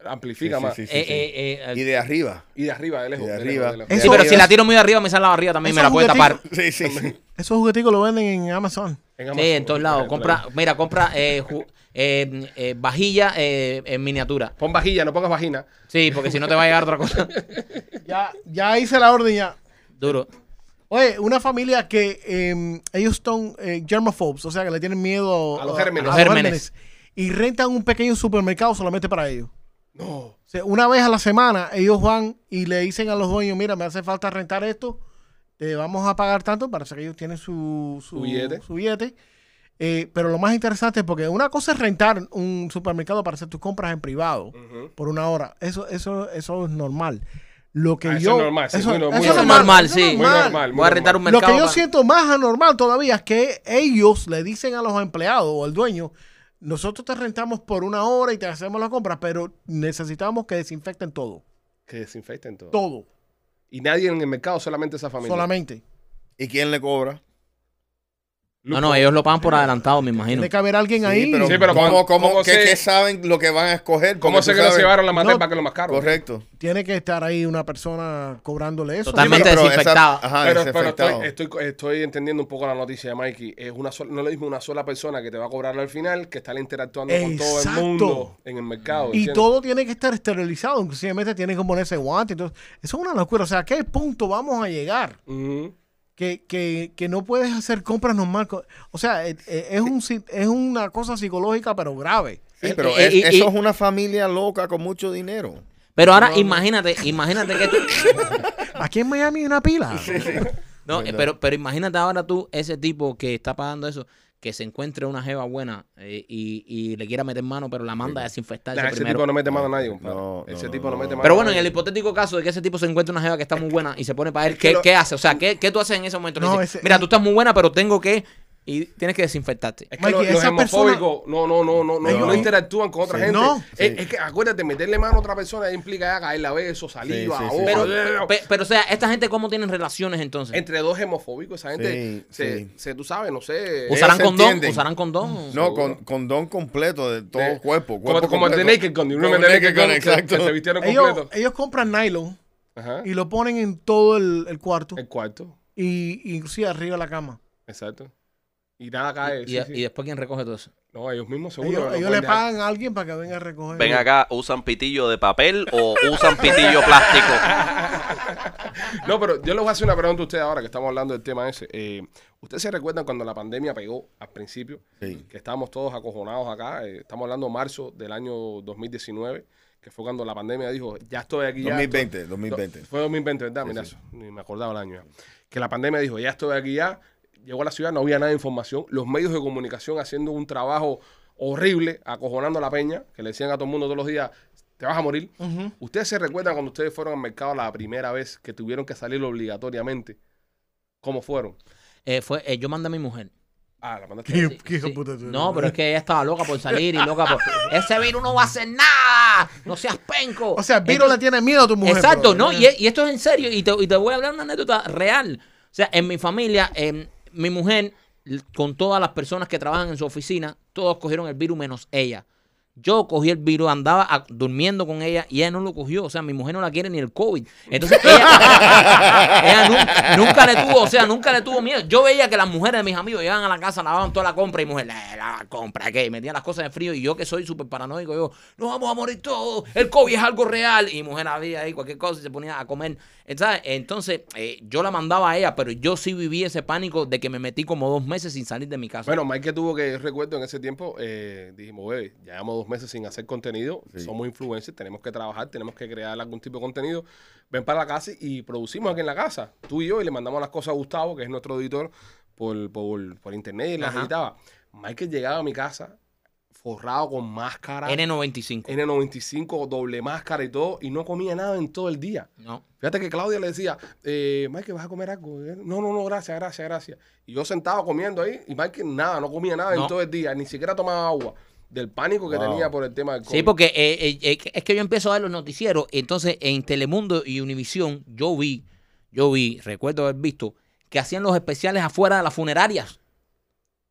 amplifica
Sí, sí,
más.
sí, sí,
eh,
sí.
eh, eh,
Y de arriba.
Y de arriba, de lejos.
Y de
lejos,
arriba.
lejos.
Eh,
sí,
Eso-
pero si la tiro muy de arriba, me sale la barriga también, me la
Esos
puede tapar.
jugueticos-
Sí, sí, sí.
Esos jugueticos lo venden en Amazon.
Amazon.
Sí, en todos lados. Compra, mira, compra eh, ju- eh, eh, vajilla eh, en miniatura.
Pon vajilla, no pongas vagina.
Sí, porque si no te va a llegar otra cosa.
Ya, ya hice la orden ya.
Duro.
Oye, una familia que eh, ellos son eh, germophobes, o sea que le tienen miedo
A los gérmenes.
A los gérmenes.
Y rentan un pequeño supermercado solamente para ellos.
No.
O sea, una vez a la semana ellos van y le dicen a los dueños, mira, me hace falta rentar esto, te vamos a pagar tanto, para que ellos tienen su, su,
Su billete.
su billete. Eh, pero lo más interesante es porque una cosa es rentar un supermercado para hacer tus compras en privado
Mm.
por una hora. Eso, eso, eso es normal. Lo que
Ah, eso
yo,
es normal, sí, muy- muy
Eso es normal, sí.
Muy normal, muy
Voy a rentar un
lo
mercado.
que yo
para-
siento más anormal todavía es que ellos le dicen a los empleados o al dueño, nosotros te rentamos por una hora y te hacemos la compra, pero necesitamos que desinfecten todo.
Que desinfecten todo.
Todo.
Y nadie en el mercado, solamente esa familia.
Solamente.
¿Y quién le cobra?
No, no, ellos lo pagan por adelantado, me imagino.
Tiene que haber alguien ahí.
Sí, pero,
Sí, pero
¿cómo,
¿cómo-
cómo-
cómo
qué,
sé-
qué saben lo que van a escoger?
¿Cómo
Porque
sé
tú
que no
sabes-
se llevaron la materia
No,
para que lo mascaron?
Correcto.
Tiene que estar ahí una persona cobrándole eso.
Totalmente.
Sí, pero esa-
desinfectado.
ajá,
Pero, pero
desinfectado.
estoy, estoy, estoy entendiendo un poco la noticia de Mikey. Es una sola, no es lo mismo una sola persona que te va a cobrar al final que estar interactuando con todo
Exacto.
el mundo en el mercado.
Y
¿entiendes?
todo tiene que estar esterilizado, inclusive tiene que ponerse guantes. Entonces, eso es una locura. O sea, ¿a qué punto vamos a llegar?
Ujú.
Que, que, que no puedes hacer compras normal. co- O sea, eh, eh, es, un, si- es una cosa psicológica, pero grave.
Sí, pero
Eh,
es-
eh,
eso
eh,
es una familia loca con mucho dinero.
Pero ahora imagínate, imagínate que tú...
Aquí en Miami hay una pila.
No,
Pues
Verdad.
eh, pero, pero imagínate ahora tú ese tipo que está pagando eso, que se encuentre una jeva buena eh, y, y le quiera meter mano, pero la manda a desinfectarse
Nah, ese
Ah, primero.
tipo no mete mano a nadie, compadre.
No,
ese
no,
tipo
no,
no mete
no.
mano
Pero
a
bueno, en
nadie.
el hipotético caso de que ese tipo se encuentre una jeva que está muy buena y se pone para él,
que
¿qué,
lo-
qué hace? O sea, ¿qué, qué tú haces en ese momento? Le
No,
dices,
ese-
Mira, tú estás muy buena, pero tengo que... Y tienes que desinfectarte.
Es que
Mikey,
los, los
esa persona-
homofóbicos no, no, no, no, no,
Ellos-
no interactúan con otra
Sí.
gente.
No.
Es,
Sí.
es que acuérdate, meterle mano a otra persona implica ya caerle a besos, saliva,
Sí, sí,
a
sí,
ojo,
Pero,
sí.
bleh, bleh.
pe- pero, o sea, ¿esta gente cómo tienen relaciones entonces?
entre dos hemofóbicos, esa gente,
Sí,
se,
sí.
se- tú sabes, no sé. eh,
Usa-
¿Usarán
se
condón?
entienden.
¿Usarán condón?
No,
Mm, Seguro.
con, con don completo de todo
De-
cuerpo.
como,
cuerpo
como el de
completo.
Naked Gun,
Como
un de Naked Gun, que-
exacto.
que se vistieron
Ellos,
completo.
ellos eh, compran nylon
Ajá.
y lo ponen en todo el, el cuarto,
El cuarto,
y, y inclusive arriba de la cama.
exacto. Y nada cae.
Y,
sí,
y-
sí.
y después quién recoge todo eso.
No, ellos mismos seguro.
Ellos,
no lo
ellos le
pueden dejar.
pagan a alguien para que venga a recoger.
Ven acá, ¿usan pitillo de papel o usan pitillo plástico?
No, pero yo les voy a hacer una pregunta a ustedes ahora que estamos hablando del tema ese. Eh, ¿Ustedes se recuerdan cuando la pandemia pegó al principio?
Sí.
Que estábamos todos acojonados acá. eh, estamos hablando de marzo del año 2019, que fue cuando la pandemia dijo, ya estoy aquí. ya estoy-
2020, 2020.
Do- Fue 2020, ¿verdad? Mira,
sí.
eso, ni me acordaba el año ya. Que la pandemia dijo, ya estoy aquí ya, llegó a la ciudad, no había nada de información, los medios de comunicación haciendo un trabajo horrible, acojonando a la peña, que le decían a todo el mundo todos los días, te vas a morir. ¿Ustedes se recuerdan cuando ustedes fueron al mercado la primera vez que tuvieron que salir obligatoriamente? ¿Cómo fueron?
Eh, fue, eh, yo mandé a mi mujer.
Ah, la mandaste.
¿Qué,
Sí,
qué hijo
sí.
puta tú eres,
No, pero es que ella estaba loca por salir y loca por. Ese virus no va a hacer nada. No seas penco.
O sea, Viro le
Entonces-
tiene miedo a tu mujer.
Exacto,
brother.
no, y, y esto es en serio. Y te, y te voy a hablar una anécdota real. O sea, en mi familia, em, mi mujer, l- con todas las personas que trabajan en su oficina, todos cogieron el virus menos ella. Yo cogí el virus, andaba a- durmiendo con ella y ella no lo cogió. O sea, mi mujer no la quiere ni el COVID. Entonces, ella, ella nun- nunca, le tuvo, o sea, nunca le tuvo miedo. Yo veía que las mujeres de mis amigos llegaban a la casa, lavaban toda la compra y mujer, la, la compra, ¿qué? Y metían las cosas en frío y yo que soy súper paranoico, yo, no vamos a morir todos, el COVID es algo real. Y mujer había ahí cualquier cosa y se ponía a comer. ¿sabes? Entonces, eh, yo la mandaba a ella, pero yo sí viví ese pánico de que me metí como dos meses sin salir de mi casa.
Bueno, Mike tuvo que, yo recuerdo en ese tiempo, eh, dijimos, güey, ya llevamos dos meses sin hacer contenido, somos influencers, tenemos que trabajar, tenemos que crear algún tipo de contenido. Ven para la casa y producimos aquí en la casa, tú y yo, y le mandamos las cosas a Gustavo, que es nuestro editor, por, por, por internet y las
Ajá.
editaba. Michael llegaba a mi casa forrado con máscara,
N95.
N95, doble máscara y todo, y no comía nada en todo el día.
no.
Fíjate que Claudia le decía, eh, Mike, ¿vas a comer algo? Eh, No, no, no, gracias, gracias, gracias. Y yo sentado comiendo ahí, y Mike nada, no comía nada en
No.
todo el día, ni siquiera tomaba agua, del pánico que
Wow.
tenía por el tema del COVID.
Sí, porque eh, eh, eh, es que yo empiezo a ver los noticieros. Entonces, en Telemundo y Univisión, yo vi, yo vi, recuerdo haber visto, que hacían los especiales afuera de las funerarias.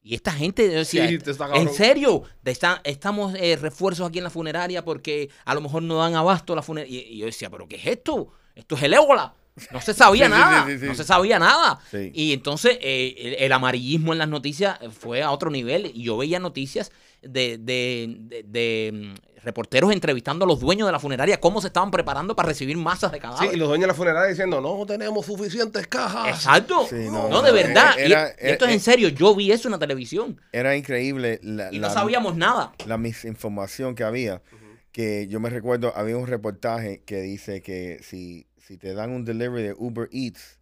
Y esta gente, o sea,
Sí, te está cabrón.
en serio, te está- estamos eh, refuerzos aquí en la funeraria porque a lo mejor no dan abasto la funeraria. Y, y yo decía, ¿pero qué es esto? Esto es el ébola. No se sabía
Sí, sí,
nada.
sí, sí, sí.
No se sabía nada.
Sí.
Y entonces eh, el, el amarillismo en las noticias eh, fue a otro nivel. Y yo veía noticias de, de- de- de, mm, reporteros entrevistando a los dueños de la funeraria, cómo se estaban preparando para recibir masas de
Sí,
cadáveres.
y los dueños de la funeraria diciendo, no tenemos suficientes cajas.
Exacto.
Sí,
no,
no,
de
no,
verdad.
era-
Y-
era- eh,
y esto es en serio. Yo vi eso en la televisión
Era increíble la,
y no
la-
sabíamos nada.
la misinformación que había. Que yo me recuerdo, había un reportaje que dice que si, si te dan un delivery de Uber Eats,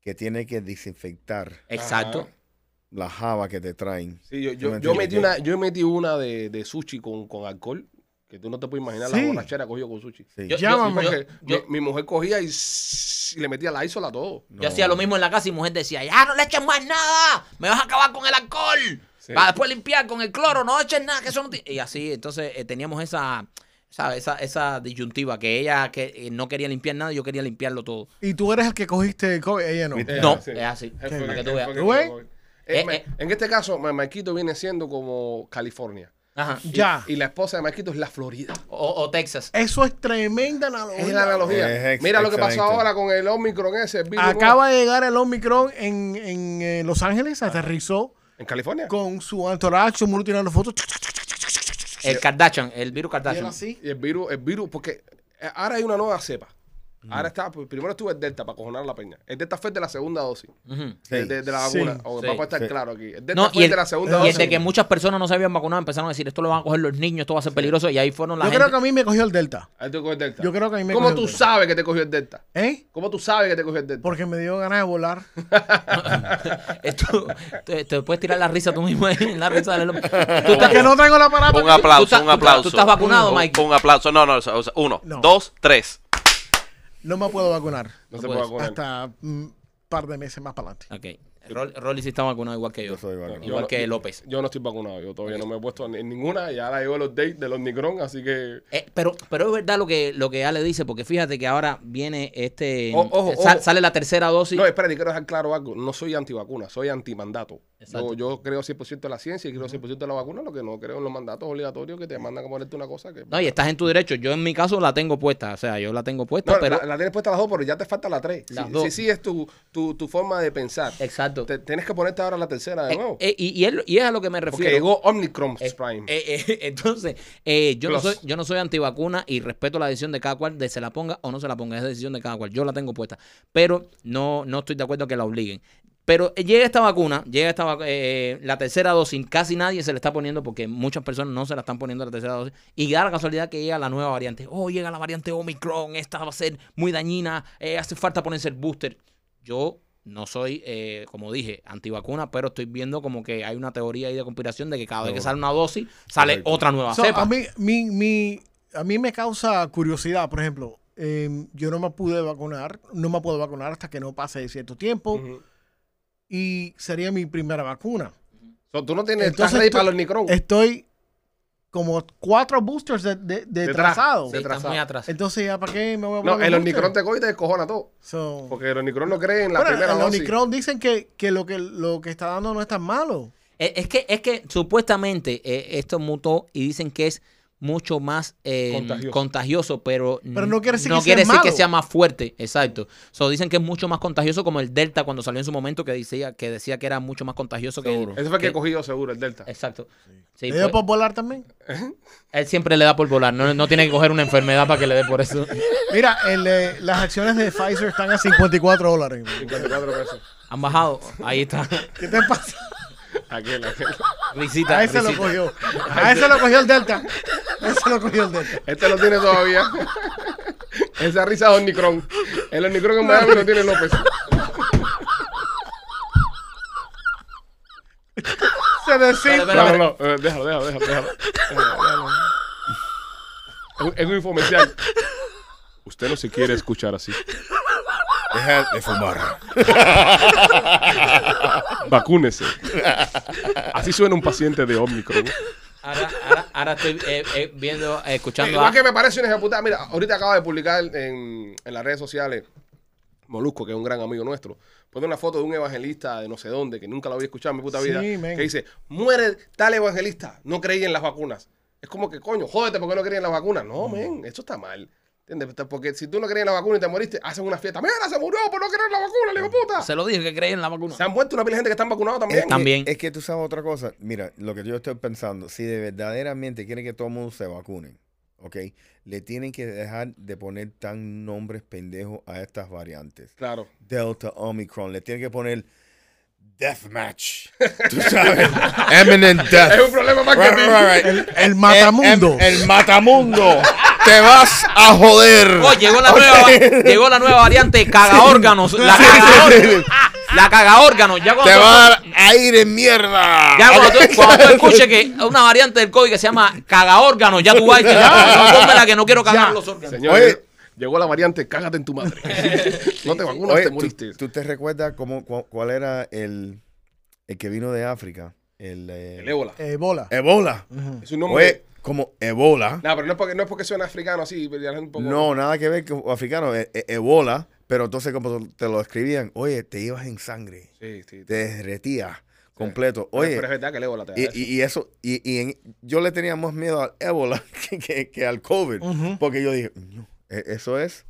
que tiene que desinfectar
Exacto.
la java que te traen.
Sí, yo,
¿Tú
yo,
me
yo metí
entiendes?
una, yo metí una de, de sushi con, con alcohol, que tú no te puedes imaginar la
Sí.
borrachera que cogió con sushi.
Sí.
Yo-
Sí,
Llámame.
porque
yo-
mi, mi mujer cogía y, s- y le metía la isola a todo.
No.
Yo hacía lo mismo en la casa y mujer decía, ya no le eches más nada, me vas a acabar con el alcohol,
Sí.
para después limpiar con el cloro, no eches nada, que eso no ti-". Y así, entonces eh, teníamos esa, ¿sabes? Esa, esa disyuntiva, que ella que eh, no quería limpiar nada, yo quería limpiarlo todo.
Y tú eres el que cogiste el COVID. Ella no.
Viste.
Eh,
no,
sí.
es así,
Jefe,
para que tú
jefe,
veas.
que
¿Tú ves?
tengo- Eh,
Eh,
ma-
eh.
En este caso, ma- Marquito viene siendo como California.
Ajá.
Ya.
Y la esposa de Marquito es la Florida.
O, o Texas.
Eso es tremenda analogía.
Es la analogía.
Es ex-
Mira lo que pasó
excelente.
ahora con el Omicron ese. el virus
Acaba de llegar el Omicron en, en, eh, Los
Ah.
Ángeles, aterrizó
¿En California?
con su entourage, un muro tirando fotos.
El Kardashian, el virus
Y era
Kardashian.
así.
Y el virus, el virus, porque eh, ahora hay una nueva cepa.
Mm.
Ahora está, pues, primero estuvo el Delta para cojonar la peña. El Delta fue de la segunda dosis.
Ujú.
De,
Sí.
de- de la
Sí.
vacuna. O,
Sí.
Vamos a estar
Sí.
claro aquí. El Delta
No,
fue
y el,
de la segunda
y el
dosis.
de que muchas personas no se habían vacunado empezaron a decir esto lo van a coger los niños, esto va a ser peligroso. Y ahí fueron
Yo
las
creo que a mí me cogió el Delta.
Ahí te cogió el Delta.
Yo creo que a mí me
¿Cómo
cogió
tú
el Delta.
sabes que te cogió el Delta?
¿Eh?
¿Cómo tú sabes que te cogió el Delta?
Porque me dio ganas de volar.
Esto, te, te puedes tirar la risa tú mismo ahí, la risa del hombre. Tú estás-
Porque no tengo el aparato.
Un aplauso,
estás-
un
tú estás-
aplauso.
tú estás vacunado,
Un-
Mike.
Un aplauso. No, no, o sea, o sea, uno,
No.
dos, tres.
No me puedo vacunar.
No
No
se puede
puedes.
vacunar.
Hasta un par de meses más para adelante.
Ok. Rol- Rolly sí está vacunado igual que yo.
Yo soy vacunado.
Igual
Yo no-
que López.
Yo no estoy vacunado. Yo todavía no me he puesto en en ninguna. Y ahora llegó el update del Omicron. Así que.
Eh, pero, pero es verdad lo que, lo que Ale dice, porque fíjate que ahora viene este.
O- ojo,
sal-
ojo.
Sale la tercera dosis.
No, eh, espérate, quiero dejar claro algo. No soy antivacuna, soy antimandato. Yo,
Exacto.
yo creo 100% en la ciencia y creo 100% en la vacuna. Lo que no creo en los mandatos obligatorios que te mandan a ponerte una cosa que.
No, y estás en tu derecho. Yo en mi caso la tengo puesta. O sea, yo la tengo puesta,
No,
pero.
la, la tienes puesta las dos, pero ya te falta la tres.
Las
Si-
dos.
si sí es tu, tu, tu forma de pensar.
Exacto.
Te- tienes que ponerte ahora la tercera de
Eh,
nuevo.
eh, y, y es, lo- y es a lo que me
porque
refiero.
llegó Omnicron
Eh,
Prime.
eh, eh, entonces, eh, yo, no
Plus.
soy, yo no soy antivacuna y respeto la decisión de cada cual de se la ponga o no se la ponga. Es decisión de cada cual. Yo la tengo puesta. Pero no, no estoy de acuerdo que la obliguen. Pero eh, llega esta vacuna, llega esta vacu- eh, la tercera dosis, casi nadie se la está poniendo porque muchas personas no se la están poniendo la tercera dosis. Y da la casualidad que llega la nueva variante. Oh, llega la variante Omicron, esta va a ser muy dañina, eh, hace falta ponerse el booster. Yo no soy, eh, como dije, antivacuna, pero estoy viendo como que hay una teoría ahí de conspiración de que cada vez que
Seguro.
sale una dosis, sale
Correcto.
otra nueva
So,
cepa.
a, mí, mi- mi- a mí me causa curiosidad, por ejemplo, eh, yo no me pude vacunar, no me puedo vacunar hasta que no pase de cierto tiempo
Ujú.
y sería mi primera vacuna.
So, tú no tienes. Estás
Entonces
ready
tú-
para el Omnicron.
Estoy como cuatro boosters de, de- de
Detrás.
trazado.
Sí, estás muy atrás.
Entonces, ¿ya para qué me voy a poner
No, el
los
Omnicron te
boosters?
coge y te descojona todo.
So-
Porque el Omnicron no cree en la
Bueno,
primera
el
dosis.
Omicron dicen que, que lo que lo que está dando no es tan malo.
Eh, Es que, es que supuestamente eh, esto mutó y dicen que es mucho más eh,
Contagioso.
contagioso. pero,
Pero no quiere decir que sea
quiere decir que
malo.
sea más fuerte, exacto. So, dicen que es mucho más contagioso como el Delta cuando salió en su momento que decía que decía que era mucho más contagioso que el-
Seguro.
Ese fue el que
que-
cogí yo seguro, el
Eh.
Delta.
Exacto. Sí,
¿Le
pues,
dio por volar también?
él siempre le da por volar, no, no tiene que coger una enfermedad para que le dé por eso.
Mira, el, eh, las acciones de Pfizer están a 54 dólares.
54 pesos.
Han bajado, ahí está.
¿Qué te pasa?
Aquel, aquel.
Risita,
A ese lo
risita.
cogió. A ese lo cogió el Delta. A ese lo cogió el Delta.
Este lo tiene todavía. Esa risa es Omnicron. El Omnicron en Miami lo tiene López.
Se decide.
Espera,
no, no,
espera.
no. eh, Déjalo, déjalo, déjalo. déjalo, déjalo, déjalo. Es un- Es un infomercial. Usted no se quiere escuchar así.
Deja de fumar.
Vacúnese. Así suena un paciente de Omnicron.
Ahora, ahora- ahora estoy eh, eh, viendo, eh, escuchando a...
Igual que me parece una ejecutada. Mira, ahorita acaba de publicar en, en las redes sociales Molusco, que es un gran amigo nuestro. Pone una foto de un evangelista de no sé dónde, que nunca lo había escuchado en mi puta
Sí,
vida.
men.
Que dice, muere tal evangelista, no creí en las vacunas. Es como que, coño, jódete porque no creí en las vacunas. No, men, eso está mal. ¿Entiendes? Porque si tú no crees en las vacunas y te moriste, hacen una fiesta. Mira, se murió por no creer en las vacunas, le digo, puta.
Se lo dije que creen en la vacuna.
Se han muerto una pila de gente que están vacunados también.
Tam- También.
Es que tú sabes otra cosa. Mira, lo que yo estoy pensando, si de verdaderamente quieren que todo el mundo se vacune, ¿ok? Le tienen que dejar de poner tan nombres pendejos a estas variantes.
Claro.
Delta, Omicron, le tienen que poner Deathmatch. Tú sabes, Eminent Death.
Es un problema más
Right, right,
que
right.
El, el matamundo.
eh,
El, el- el matamundo. Te vas a joder.
Oh, llegó la nueva, llegó la nueva variante cagaórganos. La cagaórganos. La cagaórganos. Ya
Te
cuando,
va a
tú,
dar aire mierda.
ya cuando, tú, cuando tú escuches que una variante del COVID que se llama cagaórganos, ya tú vas a decir, no, no, pónmela que no quiero cagar
Ya.
los órganos.
Señor,
Oye.
llegó la variante, cágate en tu madre. no te vacunas,
Oye,
te
tú-
moriste.
¿tú, te recuerdas cómo, cua- cuál era el, el que vino de África? El, eh,
El ébola.
Eh, bola.
Ebola.
Es un nombre.
Oye, como Ebola.
No, pero no es porque, no es porque suena africano así. pero ya es un poco-
No, nada que ver con africano. e- e- Ebola. Pero entonces como te lo escribían, oye, te ibas en sangre.
Sí, sí.
Te derretías. completo.
Pero-
Oye,
pero es verdad que el ébola te da ¿eh? eso.
y, y- y eso, y, y en- yo le tenía más miedo al ébola que, que- que al COVID.
Ujú.
Porque yo dije, "No, e- eso es.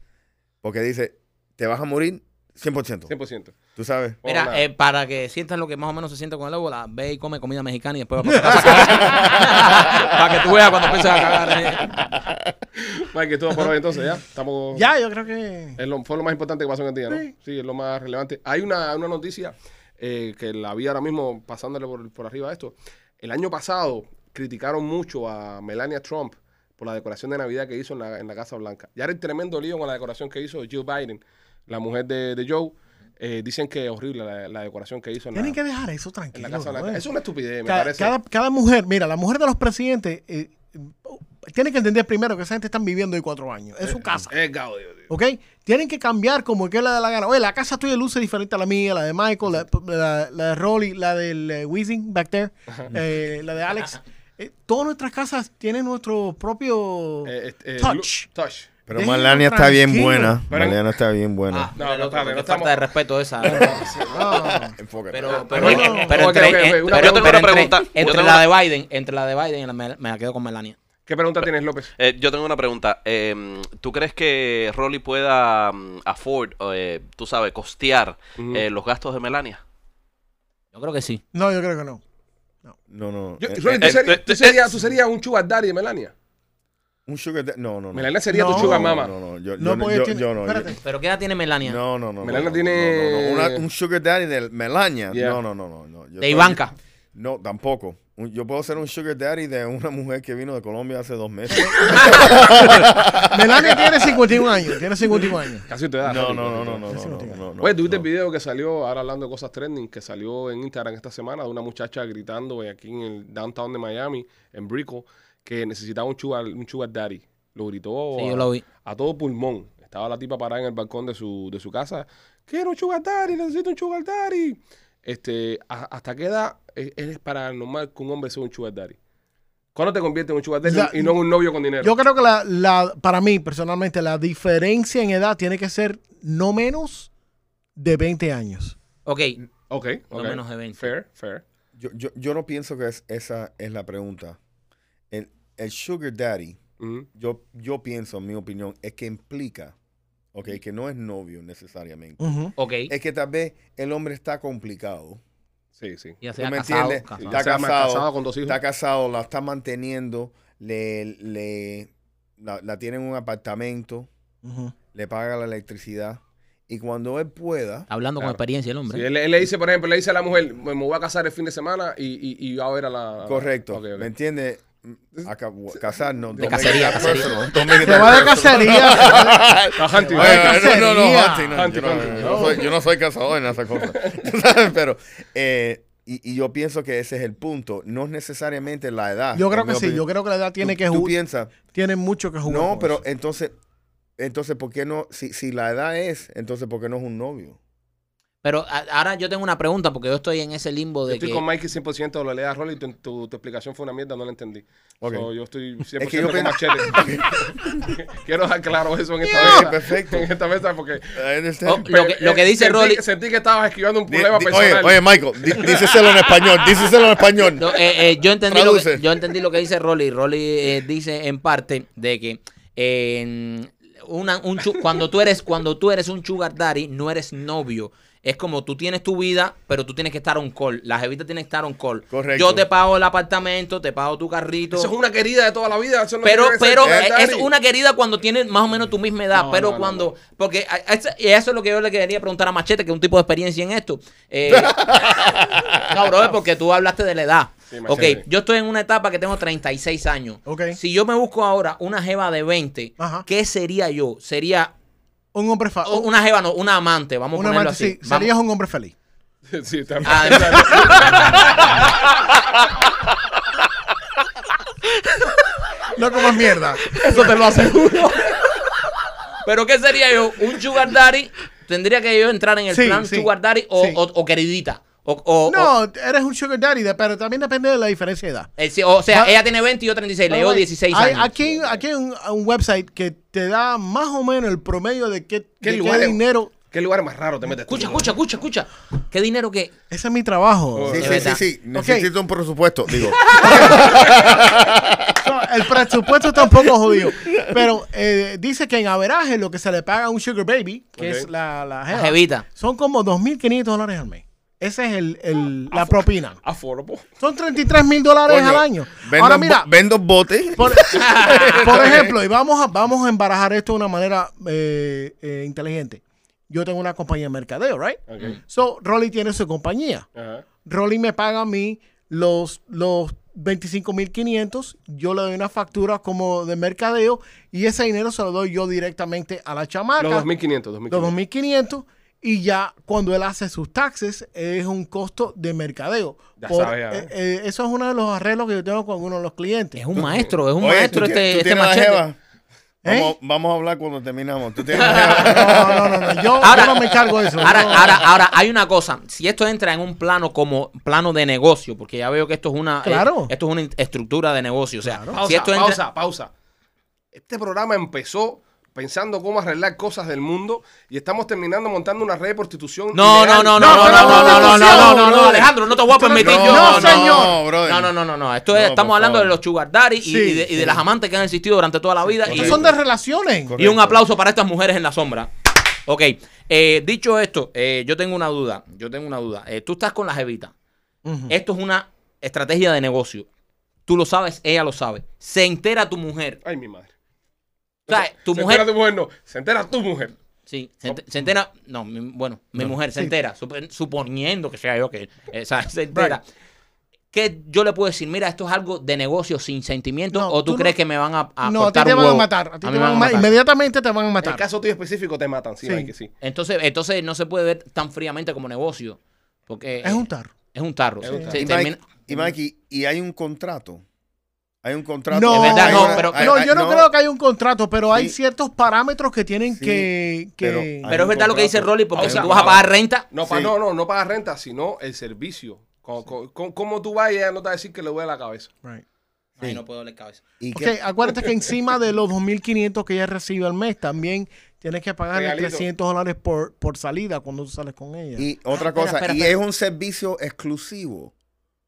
Porque dice, te vas a morir 100%.
100%.
Tú sabes.
O nada.
Mira, eh, para que sientas lo que más o menos se siente con el ébola, ve y come comida mexicana y después vas para tu casa. para que tú veas cuando empiezas a cagar. eh.
Mike, todo por hoy entonces, ¿ya? Estamos...
Ya, yo creo que.
Es lo- fue lo más importante que pasó en el día, ¿no? Sí,
Sí.
es lo más relevante. Hay una, una noticia eh, que la vi ahora mismo pasándole por, por arriba a esto. El año pasado criticaron mucho a Melania Trump por la decoración de Navidad que hizo en la, en la Casa Blanca. Ya era el tremendo lío con la decoración que hizo Jill Biden, la mujer de, de Joe. Eh, dicen que es horrible la, la decoración que hizo en la,
Tienen que dejar eso
en
tranquilo.
la Casa Blanca.
güey.
Es una estupidez, me
Ca- cada,
parece.
cada mujer, mira, la mujer de los presidentes eh, tiene que entender primero que esa gente están viviendo de cuatro años. Es
Eh,
su casa.
Es gaudio, tío.
¿Ok? Tienen que cambiar como que le da la gana. Oye, la casa tuya luce diferente a la mía, la de Michael, la, la- la de Rolly, la del eh, Weezing back there, eh, la de Alex. Eh, todas nuestras casas tienen nuestro propio
Eh, este, eh,
Oh. touch.
Lu- Touch.
Pero
Déjenlo
Malania está bien
tranquilo.
buena.
Pero-
Malania está bien buena.
Ah,
No,
mira el
no,
otro,
espérate,
qué
no
falta de
estamos-
respeto esa.
Ah,
Enfócate.
Pero, pero,
pero-
pero,
ok,
entre,
ok, ok,
eh,
una-
pero-
yo tengo
pero
una pregunta,
entre-
yo
entre
tengo
la
una-
de Biden, entre la de Biden, y la- me, me la quedo con Melania.
¿Qué pregunta tienes, López?
Eh, yo tengo una pregunta. Eh, ¿Tú crees que Rolly pueda mm, afford, eh, tú sabes, costear
Ujú.
eh, los gastos de Melania?
Yo creo que sí.
no, yo creo que no.
No, no.
Yo-
Eh,
Rolly,
eh,
¿tú,
eh,
serías-
eh,
tú
eh,
serías, ¿Tú serías un sugar daddy de Melania?
un sugar da- No, no, no.
Melania sería
No.
tu sugar mama.
No, no, yo,
No,
yo,
porque
yo-
tiene-
yo no. yo-
espérate.
Pero ¿qué edad tiene Melania?
no, no, no.
Melania
no, no,
tiene- eh,
no, no, no. Una- un sugar daddy de Melania.
Yeah.
No, no, no, no, no. Yo
de
soy-
Ivanka.
No, tampoco. Un- Yo puedo ser un sugar daddy de una mujer que vino de Colombia hace dos meses.
Melania tiene 51 años, tiene 51 años.
Casi te da.
No,
Rolly.
no, no, no, no, no, no, no, no,
Oye, ¿tuviste
no.
el video que salió, ahora hablando de cosas trending, que salió en Instagram esta semana de una muchacha gritando eh, aquí en el downtown de Miami, en Brico, que necesitaba un sugar, un sugar daddy? Lo gritó
Sí,
a,
yo lo vi.
a todo pulmón. Estaba la tipa parada en el balcón de su, de su casa. Quiero un sugar daddy, necesito un sugar daddy. Este, a- ¿Hasta qué edad es, es paranormal que un hombre sea un sugar daddy? ¿Cuándo te conviertes en un sugar daddy
La-
y no en un novio con dinero?
Yo creo que la, la- para mí, personalmente, la diferencia en edad tiene que ser no menos de 20 años.
Ok.
ok,
Lo
ok.
menos de 20.
Fair, fair.
Yo, yo, yo no pienso que es- esa es la pregunta. El, el sugar daddy,
Ujú.
yo, yo pienso, en mi opinión, es que implica, ok, que no es novio necesariamente.
Ujú.
Ok.
Eh,
Es que tal vez el hombre está complicado.
Sí, sí.
Ya
¿Tú
sea
me
casado,
entiendes?
casado.
Ya
Se llama
casado,
con dos hijos.
Está casado, la está manteniendo, le, le, la, la tiene en un apartamento,
Ujú.
le paga la electricidad. Y cuando él pueda,
Hablando
Claro.
con experiencia el hombre.
Sí, él, él le dice, por ejemplo, le dice a la mujer, me, me voy a casar el fin de semana y, y, y va a ver a
Ah,
la...
Correcto.
Ok, ok.
¿Me entiendes? Acá, casarnos.
De cacería, cacería.
Se va de cacería. se va de-
Ah, Hunting. Bueno,
Bueno, cacería.
no, no, no, hunting, no,
Hunting,
yo, no,
hunting.
yo no soy, yo no soy cazador en esa cosa. Tú sabes, Pero, eh, y, y yo pienso que ese es el punto. No es necesariamente la edad.
Yo creo
en
que
mi
sí, yo
opinión.
creo que la edad tiene
Tú-
que
Tú
jugar.
piensas,
Tiene mucho que jugar.
no,
con
pero
eso.
entonces, entonces, ¿por qué no? Si, si la edad es, entonces, ¿por qué no es un novio?
Pero a- ahora yo tengo una pregunta porque yo estoy en ese limbo
Yo
de
estoy
que...
con Mikey 100%, lo leía a Rolly, tu, tu, tu explicación fue una mierda, no la entendí.
Ok.
So, yo estoy 100%
Es que yo
con
pen-
machete. Quiero dejar claro eso en esta
Yeah.
mesa.
Perfecto.
En esta mesa porque... eh,
I understand.
Oh, lo, que, lo que dice
sentí,
Rolly...
Sentí que estabas esquivando un
Eh, este, Di-
problema
di- oye,
personal.
oye, Michael, di- díceselo en español, díceselo en español.
No, eh, eh, yo, entendí lo que,
Traduce.
yo entendí lo que dice Rolly. Rolly eh, dice en parte de que eh, una- un chu- cuando, tú eres, cuando tú eres un sugar daddy, no eres novio. Es como tú tienes tu vida, pero tú tienes que estar on call. La jevita tiene que estar on call.
Correcto.
Yo te pago el apartamento, te pago tu carrito.
Eso es una querida de toda la vida. Eso no
Pero,
tiene que ser
pero
sugar
eh, es
daddy.
una querida cuando tienes más o menos tu misma edad.
No,
pero
no, no,
cuando. Porque a- a- eso- y eso es lo que yo le quería preguntar a Machete, que es un tipo de experiencia en esto. Eh, no, brother, porque tú hablaste de la edad.
Sí,
ok,
Machete.
yo estoy en una etapa que tengo 36 años.
Ok.
Si yo me busco ahora una jeva de 20,
Ajá.
¿qué sería yo? Sería.
Un hombre fa-
o- Una jeva, no, una amante, vamos a
un
ponerlo
amante,
así.
sí, serías
Vamos-
un hombre feliz.
sí, está bien.
Ah,
No comas mierda.
Eso te lo aseguro. Pero ¿qué sería yo? Un sugar daddy. Tendría que yo entrar en el
Sí,
plan
sí.
sugar daddy o,
Sí.
o- o queridita. O, o- o-
No, eres un sugar daddy, de- pero también depende de la diferencia de edad.
eh, sí, o sea,
Va-
ella tiene 20 y yo 36. Le
By the
llevo
way,
16
hay-
años.
Aquí, hay- aquí hay un, un website que te da más o menos el promedio de qué,
¿Qué
de
lugares?
dinero
¿Qué lugar más raro te metes tú?
Escucha, escucha, escucha, escucha. ¿Qué dinero que
Ese es mi trabajo.
Oh,
Es
Sí, sí, sí,
verdad.
sí.
Ok.
Necesito un presupuesto. Digo,
No, el presupuesto está un poco jodido. Pero eh, dice que en averaje lo que se le paga a un sugar baby, que
Ok.
es la, la
La
jeva,
jevita.
son como 2.500 dólares al mes. Esa es el, el- la propina.
Affordable.
Son 33 mil dólares
coño,
al año.
Vendo,
Ahora
un
mira,
bo- vendo un bote.
por, por ejemplo, y vamos a, vamos a embarajar esto de una manera eh, eh, inteligente. Yo tengo una compañía de mercadeo, ¿right?
Ok.
So, Rolly tiene su compañía.
Ajá.
Rolly me paga a mí los, los 25.500, yo le doy una factura como de mercadeo y ese dinero se lo doy yo directamente a la chamaca.
Los 2500, 2500.
Los 2.500 y ya cuando él hace sus taxes es un costo de mercadeo.
Ya sabes, ya ves.
eh, eh, eso es uno de los arreglos que yo tengo con algunos de los clientes.
Es un maestro, es un
Oye,
maestro
¿tú tie-
este,
tú
este
tienes la
machete.
jeva?
¿Eh?
Vamos, vamos a hablar cuando terminamos. ¿Tú tienes la jeva?
No, no, no, no, Yo,
Ahora-
yo no me encargo de eso.
Ahora,
yo-
ahora, ahora, hay una cosa. Si esto entra en un plano como plano de negocio, porque ya veo que esto es una, eh,
Claro.
esto es una in- estructura de negocio. O sea,
Pausa,
si esto entra,
pausa, pausa. Este programa empezó pensando cómo arreglar cosas del mundo y estamos terminando montando una red de prostitución.
No,
ilegal.
no, no, no, no, no,
pero
no, no, no,
no,
no, no,
no,
no,
brother.
Alejandro, no te voy a permitir
no,
yo.
no, no, brother.
No, no, no, no, no. Esto es,
No,
estamos
por
hablando de
favor.
los sugar daddy y,
Sí,
y de, y de las amantes que han existido durante toda la vida. y,
Estos son de relaciones.
y un aplauso para estas mujeres en la sombra. Ok, eh, dicho esto, eh, yo tengo una duda. Yo tengo una duda. Eh, tú estás con la jevita.
Ujú.
Esto es una estrategia de negocio. Tú lo sabes, ella lo sabe. Se entera tu mujer.
Ay, mi madre.
O sea, tu
se
mujer.
entera tu mujer, no. Se entera tu mujer.
Sí, se, ent- se entera. No, mi- bueno, mi mujer se entera, sup- suponiendo que sea yo que. eh, o sea, se entera. Que yo le puedo decir, mira, esto es algo de negocio sin sentimiento,
No,
o tú,
tú no-
crees que me van a, a
No, a ti
cortar
te
un
van a
huevo?
matar. A ti
mí
te
me
van a ma-
matar.
Inmediatamente te van a
En el
matar.
caso tuyo específico te matan, sí,
Sí.
hay que sí.
Entonces, entonces no se puede ver tan fríamente como negocio. Porque
Es un tarro.
es un tarro.
Es un tarro.
Se
Y,
termina-
Mike, y Mikey, ¿y hay un contrato? ¿Hay un contrato?
No, Es verdad,
Hay
no,
pero-
hay-
no,
hay-
yo no, creo que haya un contrato, pero hay
Sí.
ciertos parámetros que tienen
Sí,
que... que-
pero hay-
Pero es
un
verdad lo que dice
contrato.
Rolly, porque
O sea,
si tú vas a pagar renta,
No, pa-
Sí.
no, no, no pagas renta, sino el servicio. Co- co- co- ¿Cómo tú vas y ella no te va a decir que le duele la cabeza?
Right.
ay, no pues, puedo darle cabeza.
¿Y
Ok,
qué-
acuérdate que encima de los 2.500 que ella recibe al mes, también tienes que pagarle
Regalito.
300 dólares por, por salida cuando tú sales con ella.
Y otra
espera,
cosa,
espera,
y
espera.
es un servicio exclusivo.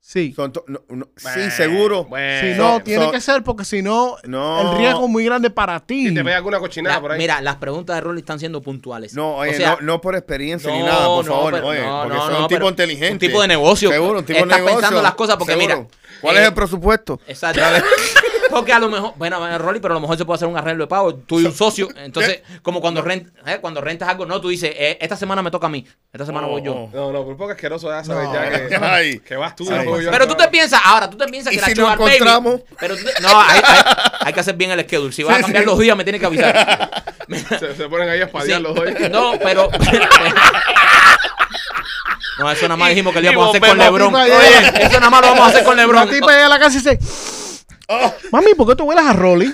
sí.
Son to- no, no- sí,
Bueno,
seguro.
bueno.
Si no,
eh, so-
tiene
so-
que ser porque si no,
No.
el riesgo es muy grande para ti.
Y te pega alguna cochinada
La-
por ahí.
mira, las preguntas de Rolly están siendo puntuales.
No, oye,
O sea,
no, no por experiencia ni
No,
nada, por
no,
favor.
pero-
oye,
no,
porque
no,
soy
no,
un
pero
tipo inteligente.
un tipo de negocio.
Seguro, un tipo de
Estás
negocio.
pensando las cosas porque,
seguro.
mira,
¿Cuál
eh,
es el presupuesto?
Exacto. Porque a lo mejor, bueno, bueno, Rolly, pero a lo mejor se puede hacer un arreglo de pago. Tú y un socio. Entonces, como cuando, rent- eh, cuando rentas algo, no, tú dices, eh, esta semana me toca a mí, esta semana voy yo.
Oh,
No, no, pero un poco asqueroso ya sabes ya que,
Ay.
que vas tú.
Ay.
no puedo yo,
Pero tú
no.
te piensas, ahora tú te piensas
¿Y
que la
si
chava
nos
al baby-
encontramos?
pero tú te- no, hay, hay- hay que hacer bien el schedule. Si vas a cambiar los días, me tienes que avisar.
Se, se ponen ahí a espadear
Sí.
los dos.
No, pero. No, eso nada más dijimos que lo
y
íbamos a hacer con
volvemos
Lebron.
a ir.
Oye, eso nada más lo vamos a hacer con Lebron.
La tipa llega a la casa y dice,
Oh.
mami, ¿por qué tú huelas a Rolly?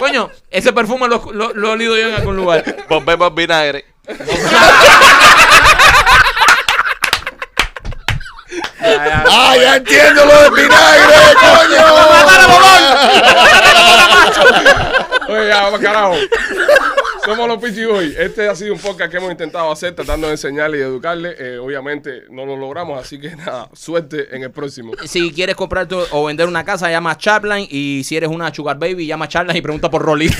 Coño, ese perfume lo, lo, lo he olido yo en algún lugar.
Volvemos al vinagre.
¡Ah, ya entiendo lo eh, del vinagre, coño!
Oye, ya, vamos, carajo. Somos los Pichi hoy. Este ha sido un podcast que hemos intentado hacer, tratando de enseñarle y educarle. Eh, obviamente no lo logramos, así que nada, suerte en el próximo.
Si quieres comprar tu- o vender una casa, llama a Chapline. Y si eres una Sugar Baby, llama a Chapline y pregunta por Rolly.